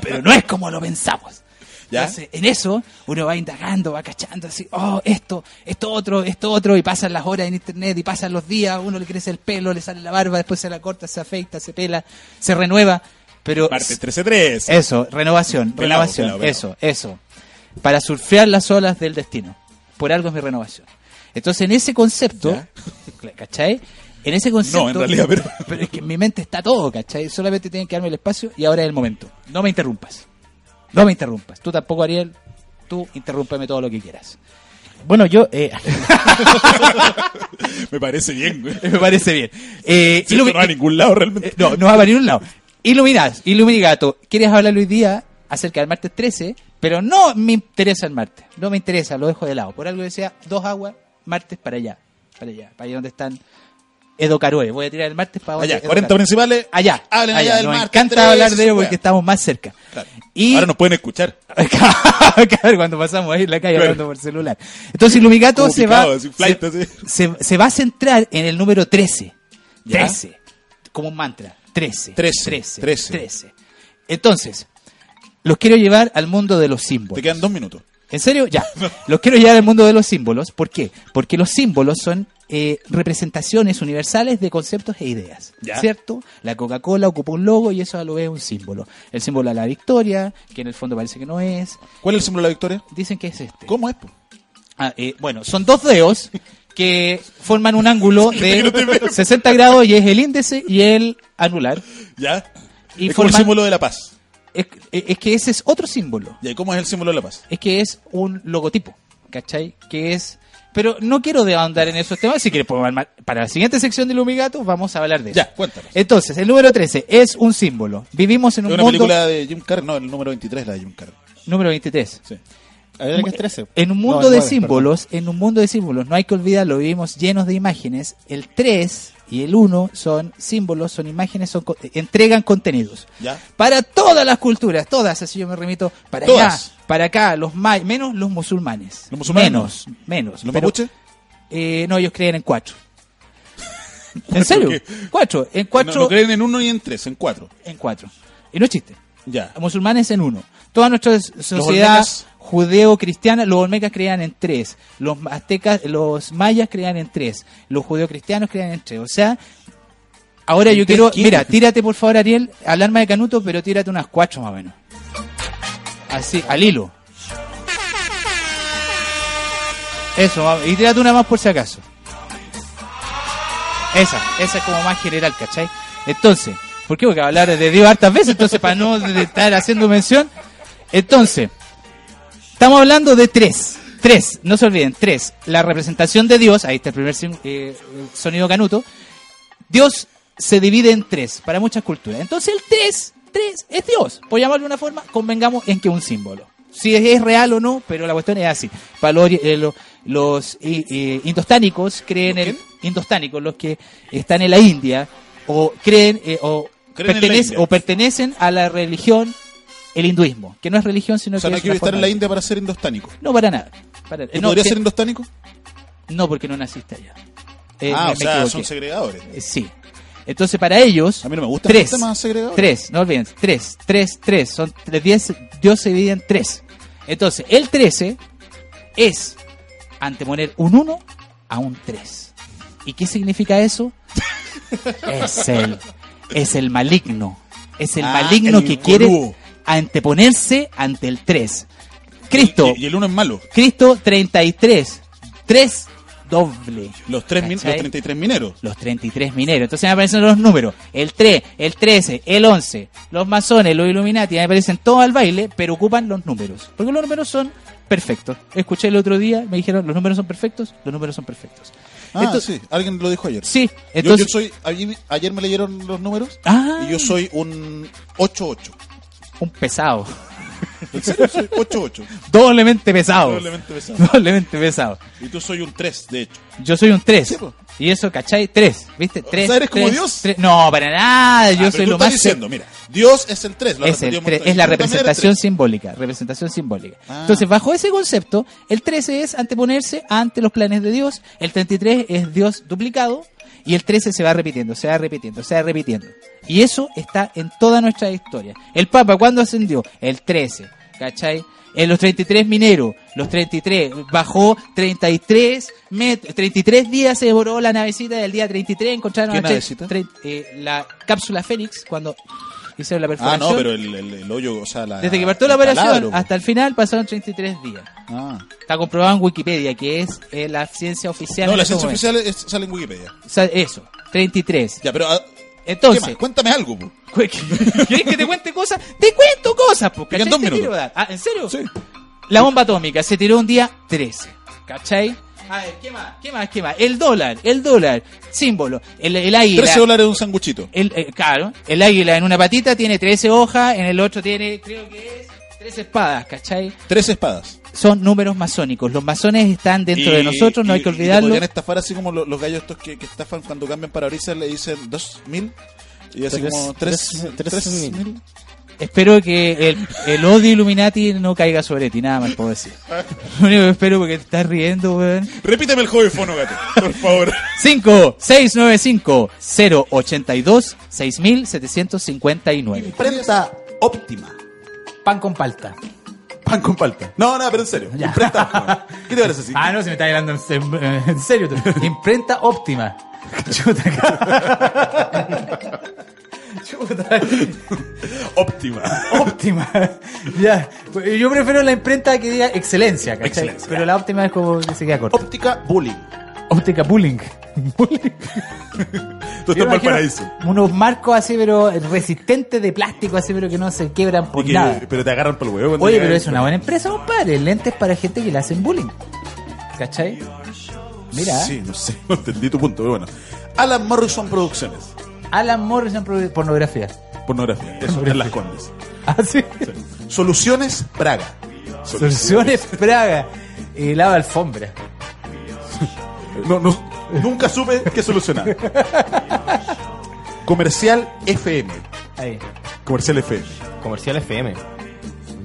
Pero no es como lo pensamos. ¿Ya? Entonces, en eso uno va indagando, va cachando así, oh, esto, esto otro, esto otro, y pasan las horas en internet, y pasan los días, uno le crece el pelo, le sale la barba, después se la corta, se afeita, se pela, se renueva. Pero Parte 13-3. Eso, renovación, Pelado, renovación, pelado, pelado. eso, eso. Para surfear las olas del destino. Por algo es mi renovación. Entonces, en ese concepto, ¿cachai? En ese concepto. No, en realidad, pero- es que en mi mente está todo, ¿cachai? Solamente tienen que darme el espacio y ahora es el momento. No me interrumpas. No me interrumpas. Tú tampoco, Ariel. Tú interrúmpeme todo lo que quieras. eh, Bueno, yo. Me parece bien, güey. Me parece bien. Eh, Sí, esto no va a ningún lado realmente. Eh, No, no va para ningún lado. Iluminados, Iluminato, quieres hablar hoy día acerca del martes 13, pero no me interesa el martes, no me interesa, lo dejo de lado. Por algo decía, dos aguas, martes para allá, para allá, para allá donde están Edo Caroe. Voy a tirar el martes para Allá, Edo 40 Caroe. principales. Allá, Hablen allá del nos martes, pues. encanta tres, hablar de ello weá. porque estamos más cerca. Y Ahora nos pueden escuchar. Claro, cuando pasamos ahí en la calle hablando por celular. Entonces Iluminato Como se picado, va, así, flight, se- así. se, se va a centrar en el número 13. ¿Ya? 13. Como un mantra. 13. 13, 13. 13. 13. Entonces, los quiero llevar al mundo de los símbolos. Te quedan dos minutos. ¿En serio? Ya. Los quiero llevar al mundo de los símbolos. ¿Por qué? Porque los símbolos son eh, representaciones universales de conceptos e ideas. Ya. ¿Cierto? La Coca-Cola ocupa un logo y eso a lo vez es un símbolo. El símbolo de la victoria, que en el fondo parece que no es. ¿Cuál es el símbolo de la victoria? Dicen que es este. ¿Cómo es? Ah, eh, bueno, son dos dedos que forman un ángulo de 60 grados y es el índice y el anular. ¿Ya? Y es como el forman- símbolo de la paz. Es, es- es que ese es otro símbolo. ¿Y cómo es el símbolo de la paz? Es que es un logotipo, ¿cachai? Que es... Pero no quiero ahondar en esos temas, si quieres podemos armar- Para la siguiente sección de Ilumigato vamos a hablar de eso. Ya, cuéntanos. Entonces, el número 13 es un símbolo. Vivimos en Es un una mundo... película de Jim Carrey, no, el número 23 la de Jim Carrey. Número 23. verdad que es 13. En un mundo No, el de nueve, símbolos, en un mundo de símbolos, no hay que olvidarlo, vivimos llenos de imágenes. El 3 y el 1 son símbolos, son imágenes, son co- entregan contenidos. ¿Ya? Para todas las culturas, todas, así yo me remito, para Todas. allá, para acá, los may, menos los musulmanes. ¿Los musulmanes? Menos, menos. ¿Los pero- mapuches? Eh, no, ellos creen en cuatro. ¿En serio? ¿Por Cuatro, en cuatro. No, no creen en uno y en tres, en cuatro. En cuatro. Y no es chiste. Ya. Musulmanes en uno. Toda nuestra sociedad olmecas? judeo-cristiana, los olmecas creían en tres. Los aztecas, los mayas creían en tres. Los judeocristianos creían en tres. O sea, ahora ¿En yo tres quiero. quién? Mira, tírate por favor, Ariel, al arma de Canuto, pero tírate unas cuatro más o menos. Así, al hilo. Eso, va- y tírate una más por si acaso. Esa, esa es como más general, ¿cachai? Entonces, ¿por qué? Porque hablar de Dios hartas veces, entonces para no de- estar haciendo mención. Entonces, estamos hablando de tres. Tres, no se olviden, tres. La representación de Dios, ahí está el primer sim- eh, sonido canuto. Dios se divide en tres para muchas culturas. Entonces el tres, tres es Dios. Por llamarlo de una forma, convengamos en que es un símbolo. Si es, es real o no, pero la cuestión es así. Para los, ori- eh, lo- los, eh, eh, indostánicos creen en indostánicos, los que están en la India o creen eh, o, Creen en la pertenecen- India. o pertenecen a la religión el hinduismo, que no es religión sino O sea, que no es hay que una estar forma en la de- India para ser indostánico. No para nada. Para- ¿Y no, podría que- ser indostánico? no, porque no naciste allá. Eh, ah, o me- me sea, equivoqué. son segregadores. Eh, Sí. Entonces, para ellos. A mí no me gustan tres, los temas segregadores. Tres, no olviden. Tres, tres, tres. Son tres, diez. Dios se divide en tres. Entonces, el 13 es anteponer un 1 a un 3. ¿Y qué significa eso? es el es el maligno. Es el Ah, maligno el que corú. quiere anteponerse ante el 3. Cristo. Y el uno es malo. Cristo 33. 3 doble. Los, tres min- los ¿Cachai? 33 mineros. Los 33 mineros. Entonces me aparecen los números. El 3, el 13, el 11, los masones, los Illuminati, me aparecen todos al baile, pero ocupan los números. Porque los números son perfectos. Escuché el otro día, me dijeron, los números son perfectos, los números son perfectos. Ah, Entonces- sí. Alguien lo dijo ayer. Sí, Yo- entonces- Yo, soy... Ayer, ayer me leyeron los números. Ah. Y yo soy un 8-8. Un pesado. ¿En serio? Soy 8-8. Doblemente pesado. Doblemente pesado. Doblemente pesado. Y tú soy un 3, de hecho. Yo soy un 3. Sí, po. y eso, ¿cachai? 3. ¿Viste? 3. sea, eres como Dios. No, para nada. Yo Ah, pero soy tú lo estás más. diciendo, mira, Dios es el 3. es, el tres, es la representación simbólica, representación simbólica. Ah. Entonces, bajo ese concepto, el 13 es anteponerse ante los planes de Dios, el 33 es Dios duplicado y el 13 se va repitiendo, se va repitiendo, se va repitiendo. Y eso está en toda nuestra historia. El Papa, ¿cuándo ascendió? El 13. ¿Cachai? En los 33 mineros, los 33, bajó 33 met- 33 días se devoró la navecita del día 33, encontraron ¿Qué a tre- navecita? tre- eh, la cápsula Fénix cuando hicieron la Ah, perforación. no, pero el, el- el hoyo, o sea, la. pues. Ah. Desde que partió la el operación taladro. hasta el final pasaron 33 días. Está comprobado en Wikipedia, que es eh, la ciencia oficial. No, en la este ciencia momento. oficial es- sale en Wikipedia. O sea, eso, 33. Ya, pero. ah, Entonces- ¿qué más? cuéntame algo, pues. po. ¿Quieres que te cuente cosas? Te cuento cosas, pues, Te quedan dos minutos. Ah, ¿en serio? La bomba atómica se tiró un día 13. ¿Cachai? A ver, ¿qué más? ¿Qué más? ¿Qué más? El dólar, el dólar, símbolo, el, el águila. 13 dólares de un sanguchito. El, eh, claro, el águila en una patita tiene 13 hojas, en el otro tiene, creo que es, 13 espadas, ¿cachai? Tres espadas. Son números masónicos. Los masones están dentro Y- de nosotros, no y- hay que y te olvidarlo. podrían estafar así como lo- los, gallos estos que, que estafan cuando cambian parabrisas, le dicen 2000 y así Tres- como tres- 3 tres 3000. Espero que el, el odio Illuminati no caiga sobre ti, nada más puedo decir. Lo único que espero porque te estás riendo, weón. Repíteme el juego fono, gato, por favor. 5 695 082 6759. Imprenta óptima. Pan con palta. Pan con palta. No, no, pero en serio. Imprenta óptima. ¿Qué te parece así? Ah, no, se me está hablando en, se- en serio. tú. Imprenta óptima. Chuta, Chuta. Óptima. Óptima. Ya. Pues Yo prefiero la imprenta que diga excelencia, ¿cachai? Pero la óptima es como que se queda corta. Óptica bullying. Óptica bullying. Bullying. Tú estás Yo en me Valparaíso. imagino Unos marcos así, pero resistentes de plástico, así, pero que no se quebran por Y que- nada. pero te agarran por el huevo. cuando Oye, llegas pero ahí. es una buena empresa, compadre. Lentes para gente que le hacen bullying. ¿Cachai? Mira. ¿eh? Sí, no sé, no entendí tu punto, pero bueno. Alan Morrison Producciones. Alan Morrison pro- pornografía. Pornografía. Eso en las condes. Ah, sí. Soluciones Praga. Soluciones Praga. Y lava alfombra. No, no, nunca supe qué solucionar. Comercial FM. Ahí. Comercial FM. Comercial FM.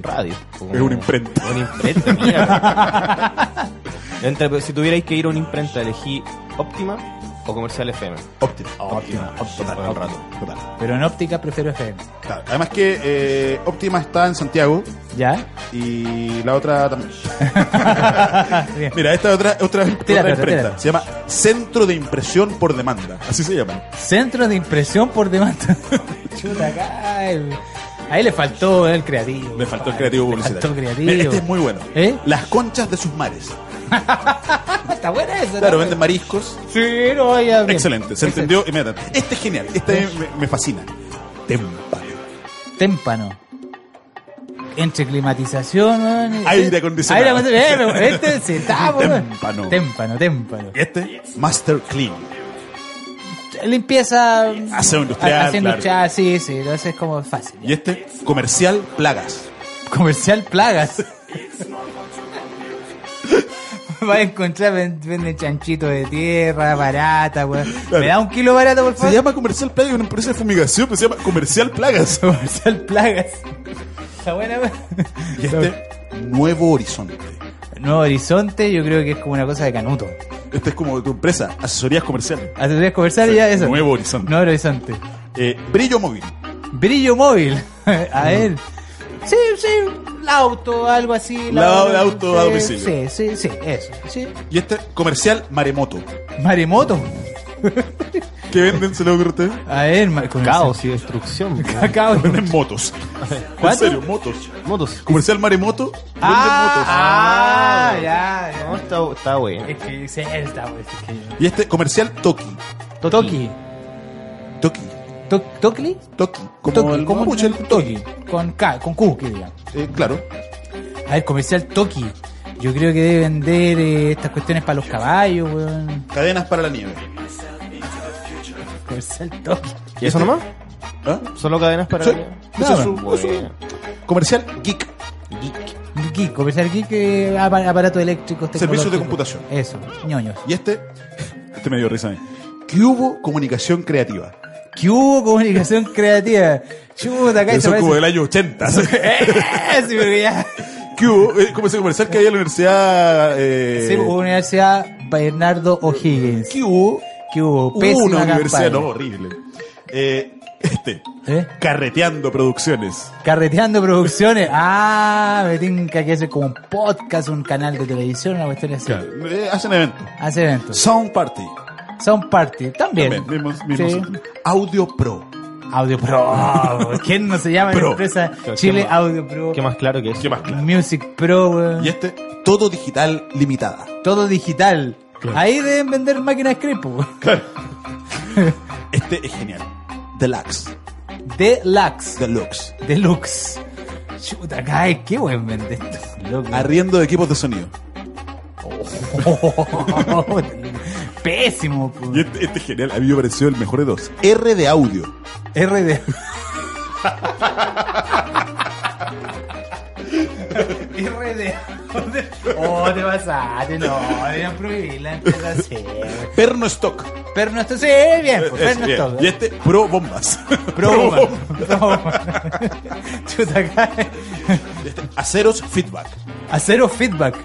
Radio. Es una imprenta. Una imprenta, mierda. Entre- pues, si tuvierais que ir a una imprenta, elegí Óptima o Comercial FM. Óptima. Óptima. Óptima. Total, total. Pero en óptica prefiero FM. Claro, Además que eh, Optima está en Santiago. ¿Ya? Y la otra también. Mira, esta es otra, otra, Tírate, otra imprenta. tírate. Se llama Centro de Impresión por Demanda. Así se llaman. Centro de impresión por demanda. Chuta, acá. el- Ahí le faltó el creativo. Le faltó el creativo publicitario. faltó creativo. Mira, Este es muy bueno. ¿Eh? Ah, Las conchas de sus mares. Está buena esa. Claro, ¿no? venden mariscos. Sí, no, ya. bien. Excelente, se entendió inmediatamente. Este es genial, este me, me fascina. Tempa. Témpano. Entre climatización, weón. Aire acondicionado. Aire acondicionado. Eh, pero Este se está, weón. Témpano. Témpano, témpano. Y este, Master Clean. Limpieza. Aseo industrial, Aseo claro. industrial, sí, sí. Entonces es como fácil. Y este, Comercial Plagas. Comercial plagas. Va a encontrar, ven- venden chanchito de tierra, barata, weón. Me da un kilo barato, por favor. Se llama Comercial Plagas, una empresa de fumigación, pero se llama Comercial Plagas. Comercial Plagas. Está buena, weón. Y este, Nuevo Horizonte. Nuevo Horizonte, yo creo que es como una cosa de canuto. Ah, Este es como tu empresa, asesorías comerciales. Asesorías comerciales, ya eso. Nuevo Horizonte. Nuevo Horizonte. Eh, Brillo Móvil. Brillo móvil. a ver. Sí, sí, auto, algo así. Lavado de auto a sí, domicilio. Sí, sí, sí, eso. Sí. Y este, Comercial Maremoto. Maremoto. ¿Qué venden, se lo ocurre a usted? A ver, ma- comercial. Caos y destrucción. Caos. Venden motos. En ¿Cuánto? serio, motos. Motos. Comercial Maremoto. Venden motos. Ah, ya, ya. No, está, está bueno. Es que dice él está, güey, es que yo- Y este, Comercial Toki. Totoki. Toki. Toc- ¿Tocli? Toki. Como Toki, el como mapuche, el Toki. Con K, con Q, que diga. Eh, claro. A ver, comercial Toki. Yo creo que debe vender eh, estas cuestiones para los caballos, weón. Cadenas para la nieve. Comercial Toki. ¿Y eso nomás? ¿Ah? ¿Solo cadenas para Ah, Sí. la nieve? Ese es su- Bueno. es su- Comercial Geek. Geek, comercial geek, eh, apa- aparato eléctrico. Servicios de tecnológico. computación. Eso, ñoños. Y este, este me dio risa a mí. Que hubo comunicación creativa. ¿Qué hubo comunicación creativa? Chuta, acá Eso se es como parece- del año 80. Eh, sí, porque ya- que hubo, eh, como ese comercial que había en la universidad. Eh, Sí, Universidad Bernardo O'Higgins. que hubo, ¿Qué hubo? hubo Pésima una universidad, campaña. no, horrible. Eh, Este. Carreteando producciones. Carreteando Producciones. Ah, me tinca que hace como un podcast, un canal de televisión, una cuestión así. Eh, hacen eventos. Hace eventos. Sound Party. Sound Party, también. También, mismos- mismos- Audio Pro. Audio Pro. ¿Quién no se llama la Pro. empresa ¿Qué Chile más? Audio Pro? Qué más claro que es. Music Pro, weón. Y este, todo digital limitada. Todo digital. Ahí deben vender máquinas crepo. Este es genial. Deluxe. Deluxe. Deluxe. Deluxe. Chuta, cae, qué buen vende esto. loco. Arriendo de equipos de sonido. Pésimo. Y este, este es genial. A mí me pareció el mejor de dos. R de audio. R de. RD. Oh, te pasaste, no, deberían prohibir la empresa así. Perno Stock. Perno Stock, sí, bien, pues, Es- Perno Eh, bien. Stock. Y este, Pro Bombas. Pro Pro Woman, Pro Woman. Chuta, cae. Aceros Feedback. Acero Feedback.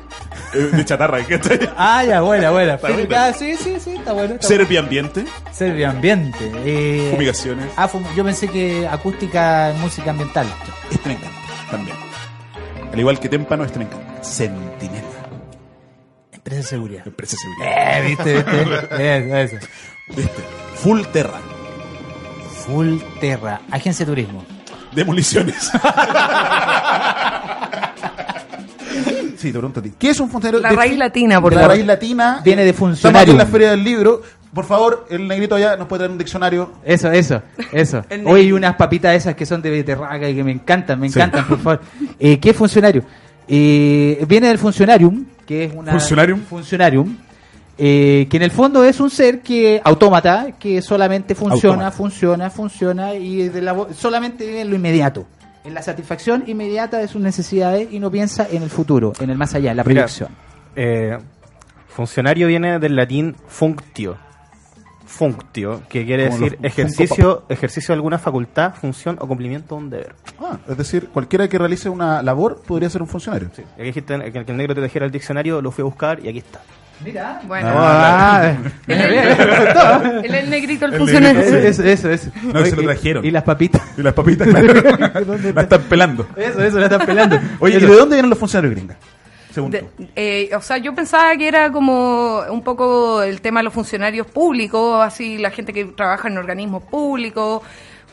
Eh, de chatarra, ¿qué tal? Ah, ya, buena, buena. Está buena. Ah, sí, sí, sí, está bueno. Está Servi Ambiente. bueno. Servio Ambiente. eh, Fumigaciones. Ah, fum- yo pensé que acústica, música ambiental. Este me encanta también. Al igual que Témpano, este me encanta. Sentinela. Empresa de seguridad. Empresa de seguridad. Eh, viste, viste. Eso, eso. Full Terra. Full Terra, agencia de turismo. Demoliciones. Sí, te pregunto a ti. ¿Qué es un funcionario? La de- raíz latina, por la favor. raíz latina. Viene de Estamos aquí en la funcionarium. Feria del Libro. Por favor, el negrito allá nos puede traer un diccionario. Eso, eso, eso. El Hoy hay unas papitas esas que son de beterraga y que me encantan, me Sí. encantan, por favor. Eh, ¿Qué funcionario? Eh, viene del funcionarium, que es una... Funcionarium. Funcionarium. eh, que en el fondo es un ser que autómata, que solamente funciona, funciona, funciona y de la vo- solamente vive en lo inmediato, en la satisfacción inmediata de sus necesidades y no piensa en el futuro, en el más allá, en la Mira, proyección. eh, funcionario viene del latín functio. Functio, que quiere Como decir los ejercicio, ejercicio de alguna facultad, función o cumplimiento de un deber. Ah, es decir, cualquiera que realice una labor podría ser un funcionario. Aquí dijiste que el negro te trajera el diccionario, lo fui a buscar y aquí está. Mira, bueno. Ah, Él es el negrito, el funcionario. Eso, eso, eso. No, se lo trajeron. Y las papitas. Y las papitas, claro. la están pelando. Eso, eso, la están pelando. Oye, ¿y Eso. de dónde vienen los funcionarios gringas? Según De- tú. eh, o sea, yo pensaba que era como un poco el tema de los funcionarios públicos, así la gente que trabaja en organismos públicos.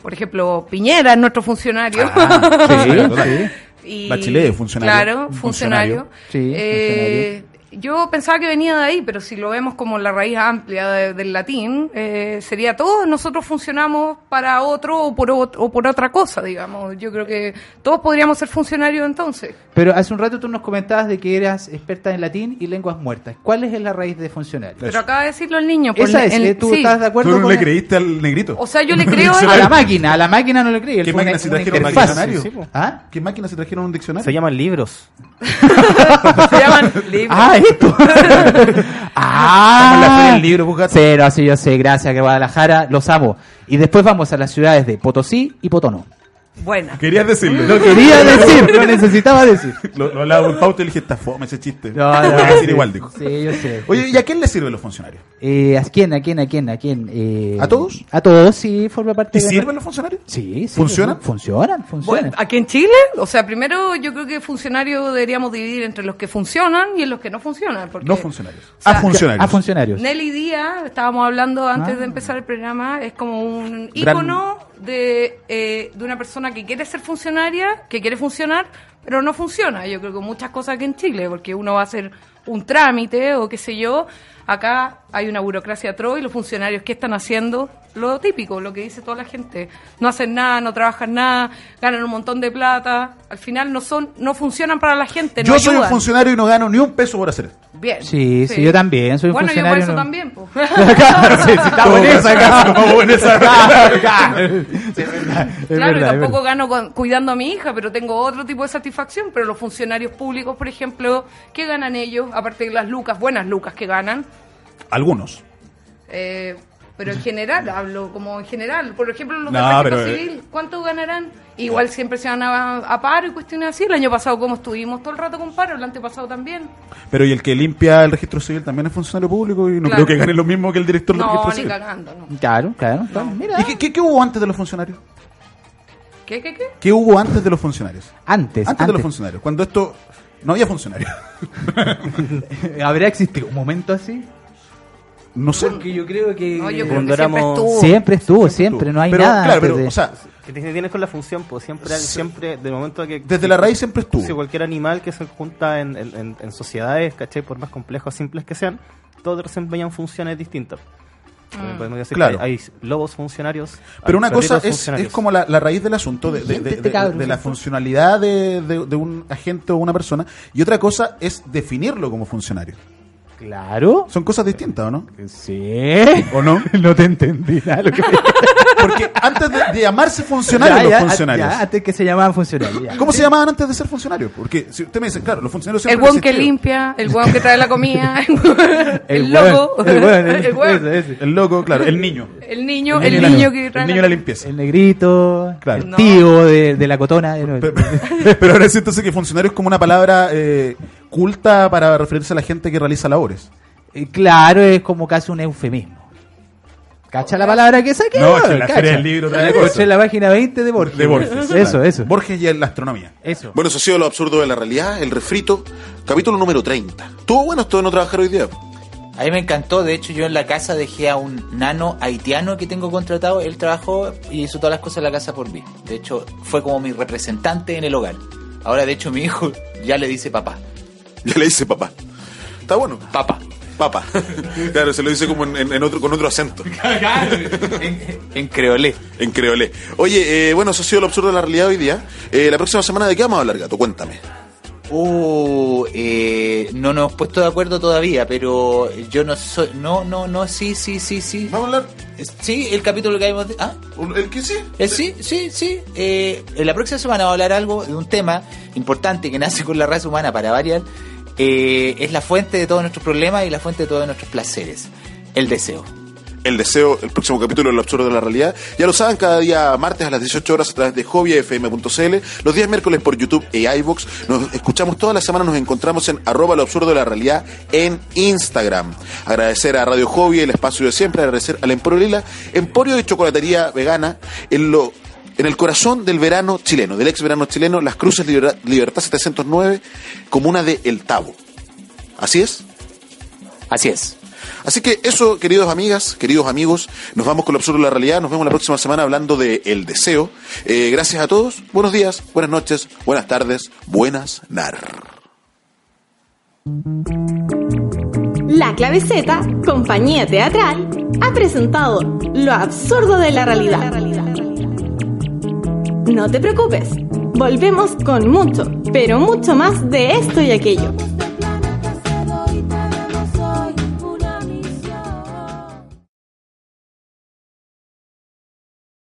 Por ejemplo, Piñera es nuestro funcionario. Ah, Y- Bachelet es funcionario. Claro, Un funcionario. Sí, Eh, Yo pensaba que venía de ahí, pero si lo vemos como la raíz amplia de- del latín, eh, sería todos nosotros funcionamos para otro o por, ot- o por otra cosa, digamos. Yo creo que todos podríamos ser funcionarios entonces. Pero hace un rato tú nos comentabas de que eras experta en latín y lenguas muertas. ¿Cuál es la raíz de funcionario? Pero acaba de decirlo el niño. pues, Esa es, el- eh, ¿tú sí. estás de acuerdo? ¿Tú no con le el- creíste al negrito? O sea, yo le creo a la máquina, a la máquina no le creí. él ¿Qué fue máquina una- se una trajeron un interfaz. diccionario? Sí, po. ¿Ah? ¿Qué máquina se trajeron un diccionario? Se llaman libros. Se llaman libros. Ah, esto. Vamos a la ah, Feria del Libro, Bujato. Sí, no, sí, yo sé. Gracias, que Guadalajara. Los amo. Y después vamos a las ciudades de Potosí y Potono. Buena. Querías decirlo. Lo quería decir, lo necesitaba decir. Lo, lo hablaba con pauta y le dije, está fome ese chiste. No, no, Lo voy a decir sí, igual, dijo. sí, yo sé. Oye, ¿y a quién le sirven los funcionarios? Eh, ¿A quién, a quién, a quién, a quién? Eh, ¿A todos? A todos, sí, forma parte ¿Y de- sirven los funcionarios? Sí, sí. ¿Funcionan? Funcionan, funcionan. Bueno, aquí en Chile, o sea, primero yo creo que funcionarios deberíamos dividir entre los que funcionan y en los que no funcionan. Porque No funcionarios. sea, a funcionarios. A funcionarios. Nelly Díaz, estábamos hablando antes Ah. de empezar el programa, es como un Gran- ícono de, eh, de una persona que quiere ser funcionaria, que quiere funcionar, pero no funciona. Yo creo que muchas cosas aquí en Chile, porque uno va a hacer un trámite o qué sé yo. Acá hay una burocracia atroz y los funcionarios, ¿qué están haciendo? Lo típico, lo que dice toda la gente. No hacen nada, no trabajan nada, ganan un montón de plata. Al final no son no funcionan para la gente. Yo no soy un ayudan. funcionario y no gano ni un peso por hacer esto. Bien. Sí, sí, yo también soy un bueno, funcionario, yo por eso no- también, po. Claro, sí, sí, estamos en esa, acá. Estamos en esa. Claro, claro. Sí, es verdad, es verdad, Claro, es y tampoco verdad. gano con- cuidando a mi hija, pero tengo otro tipo de satisfacción. Pero los funcionarios públicos, por ejemplo, ¿qué ganan ellos? Aparte de las lucas, buenas lucas que ganan. Algunos. eh, Pero en general, hablo como en general. Por ejemplo, los No, de registro pero, eh, civil, ¿cuánto ganarán? Igual siempre se van a, a paro y cuestiones así. El año pasado, como estuvimos todo el rato con paro, el antepasado también. Pero y el que limpia el registro civil también es funcionario público y no Claro. creo que gane lo mismo que el director del No, registro ni civil. cagando, no. Claro, claro. ¿Y qué, qué- qué hubo antes de los funcionarios? ¿Qué, qué, qué? ¿Qué hubo antes de los funcionarios? Antes, Antes, de antes. los funcionarios. Cuando esto. No había funcionarios. ¿Habría existido un momento así? No sé. Porque yo creo que. No, yo creo que siempre Oh, estuvo. Siempre estuvo, siempre, estuvo. no hay Pero, nada. claro, antes pero, de- o sea, que te tienes con la función, pues siempre, Sí. siempre, del momento que. Desde la raíz siempre estuvo. Sí, cualquier animal que se junta en, en- en- en sociedades, ¿cachai? Por más complejos o simples que sean, todos desempeñan funciones distintas. Mm. Podemos decir Claro. que hay, hay lobos funcionarios. Pero hay una cosa perritos es, funcionarios. es como la, la raíz del asunto, de, de- de- Este de- cabrón, de la ¿cierto? funcionalidad de, de- de un agente o una persona, y otra cosa es definirlo como funcionario. Claro. Son cosas distintas, ¿o no? Sí. ¿O no? no te entendí nada lo que me- Porque antes de, de llamarse funcionario, Ya, los ya, funcionarios. ya, antes que se llamaban funcionarios. ya. ¿Cómo se llamaban antes de ser funcionario? Porque si usted me dice, claro, los funcionarios El siempre hueón que existieron. limpia, el hueón que trae la comida, el, hueón, loco, el hueón, el, hueón, ese, ese. El loco, claro, el niño. el niño, El el niño niño de la- que el trae niño de la limpieza. El negrito, Claro. el tío de, de la cotona. de nuevo. Pero ahora sí, entonces que funcionario es como una palabra eh, culta para referirse a la gente que realiza labores. Eh, Claro, es como casi un eufemismo. ¿Cacha la palabra que saqué? No, es que weón? la ¿Cacha? feria del libro trae Encontré cosas. la página 20 de Borges. De Borges. Eso, eso. Borges y la astronomía. Eso. Bueno, eso ha sido lo absurdo de la realidad, el refrito, capítulo número 30. Estuvo bueno esto de no trabajar hoy día. A mí me encantó, de hecho yo en la casa dejé a un nano haitiano que tengo contratado, él trabajó y hizo todas las cosas en la casa por mí. De hecho, fue como mi representante en el hogar. Ahora, de hecho, mi hijo ya le dice papá. Ya le dice papá. Está bueno. Papá. Papá. claro, se lo dice como en, en- en otro, con otro acento. en creolé. En creolé. Oye, eh, bueno, eso ha sido lo absurdo de la realidad hoy día. Eh, la próxima semana, ¿de qué vamos a hablar, gato? Cuéntame. Uh, eh, no nos hemos puesto de acuerdo todavía, pero yo no soy... No, no, no, sí, sí, sí, sí. ¿Vamos a hablar? Sí, el capítulo que habíamos... ¿Ah? ¿El que sí? sí, sí, sí. Eh, en la próxima semana va a hablar algo de un tema importante que nace con la raza humana para variar. Eh, es la fuente de todos nuestros problemas y la fuente de todos nuestros placeres. El deseo. El deseo, el próximo capítulo del absurdo de la realidad. Ya lo saben, cada día martes a las 18 horas a través de hobbyfm.cl, los días miércoles por YouTube e iVoox. Nos escuchamos toda la semana, nos encontramos en arroba lo absurdo de la realidad en Instagram. Agradecer a Radio Hobby, el espacio de siempre, agradecer al Emporio Lila, Emporio de Chocolatería Vegana, en lo... En el corazón del verano chileno, del ex verano chileno, las cruces Libera- Libertad 709, comuna de El Tabo. ¿Así es? Así es. Así que eso, queridos amigas, queridos amigos, nos vamos con lo absurdo de la realidad. Nos vemos la próxima semana hablando de el deseo. Eh, gracias a todos. Buenos días, buenas noches, buenas tardes, buenas nar. La clave Z, compañía teatral, ha presentado Lo absurdo de la realidad. No te preocupes, volvemos con mucho, pero mucho más de esto y aquello.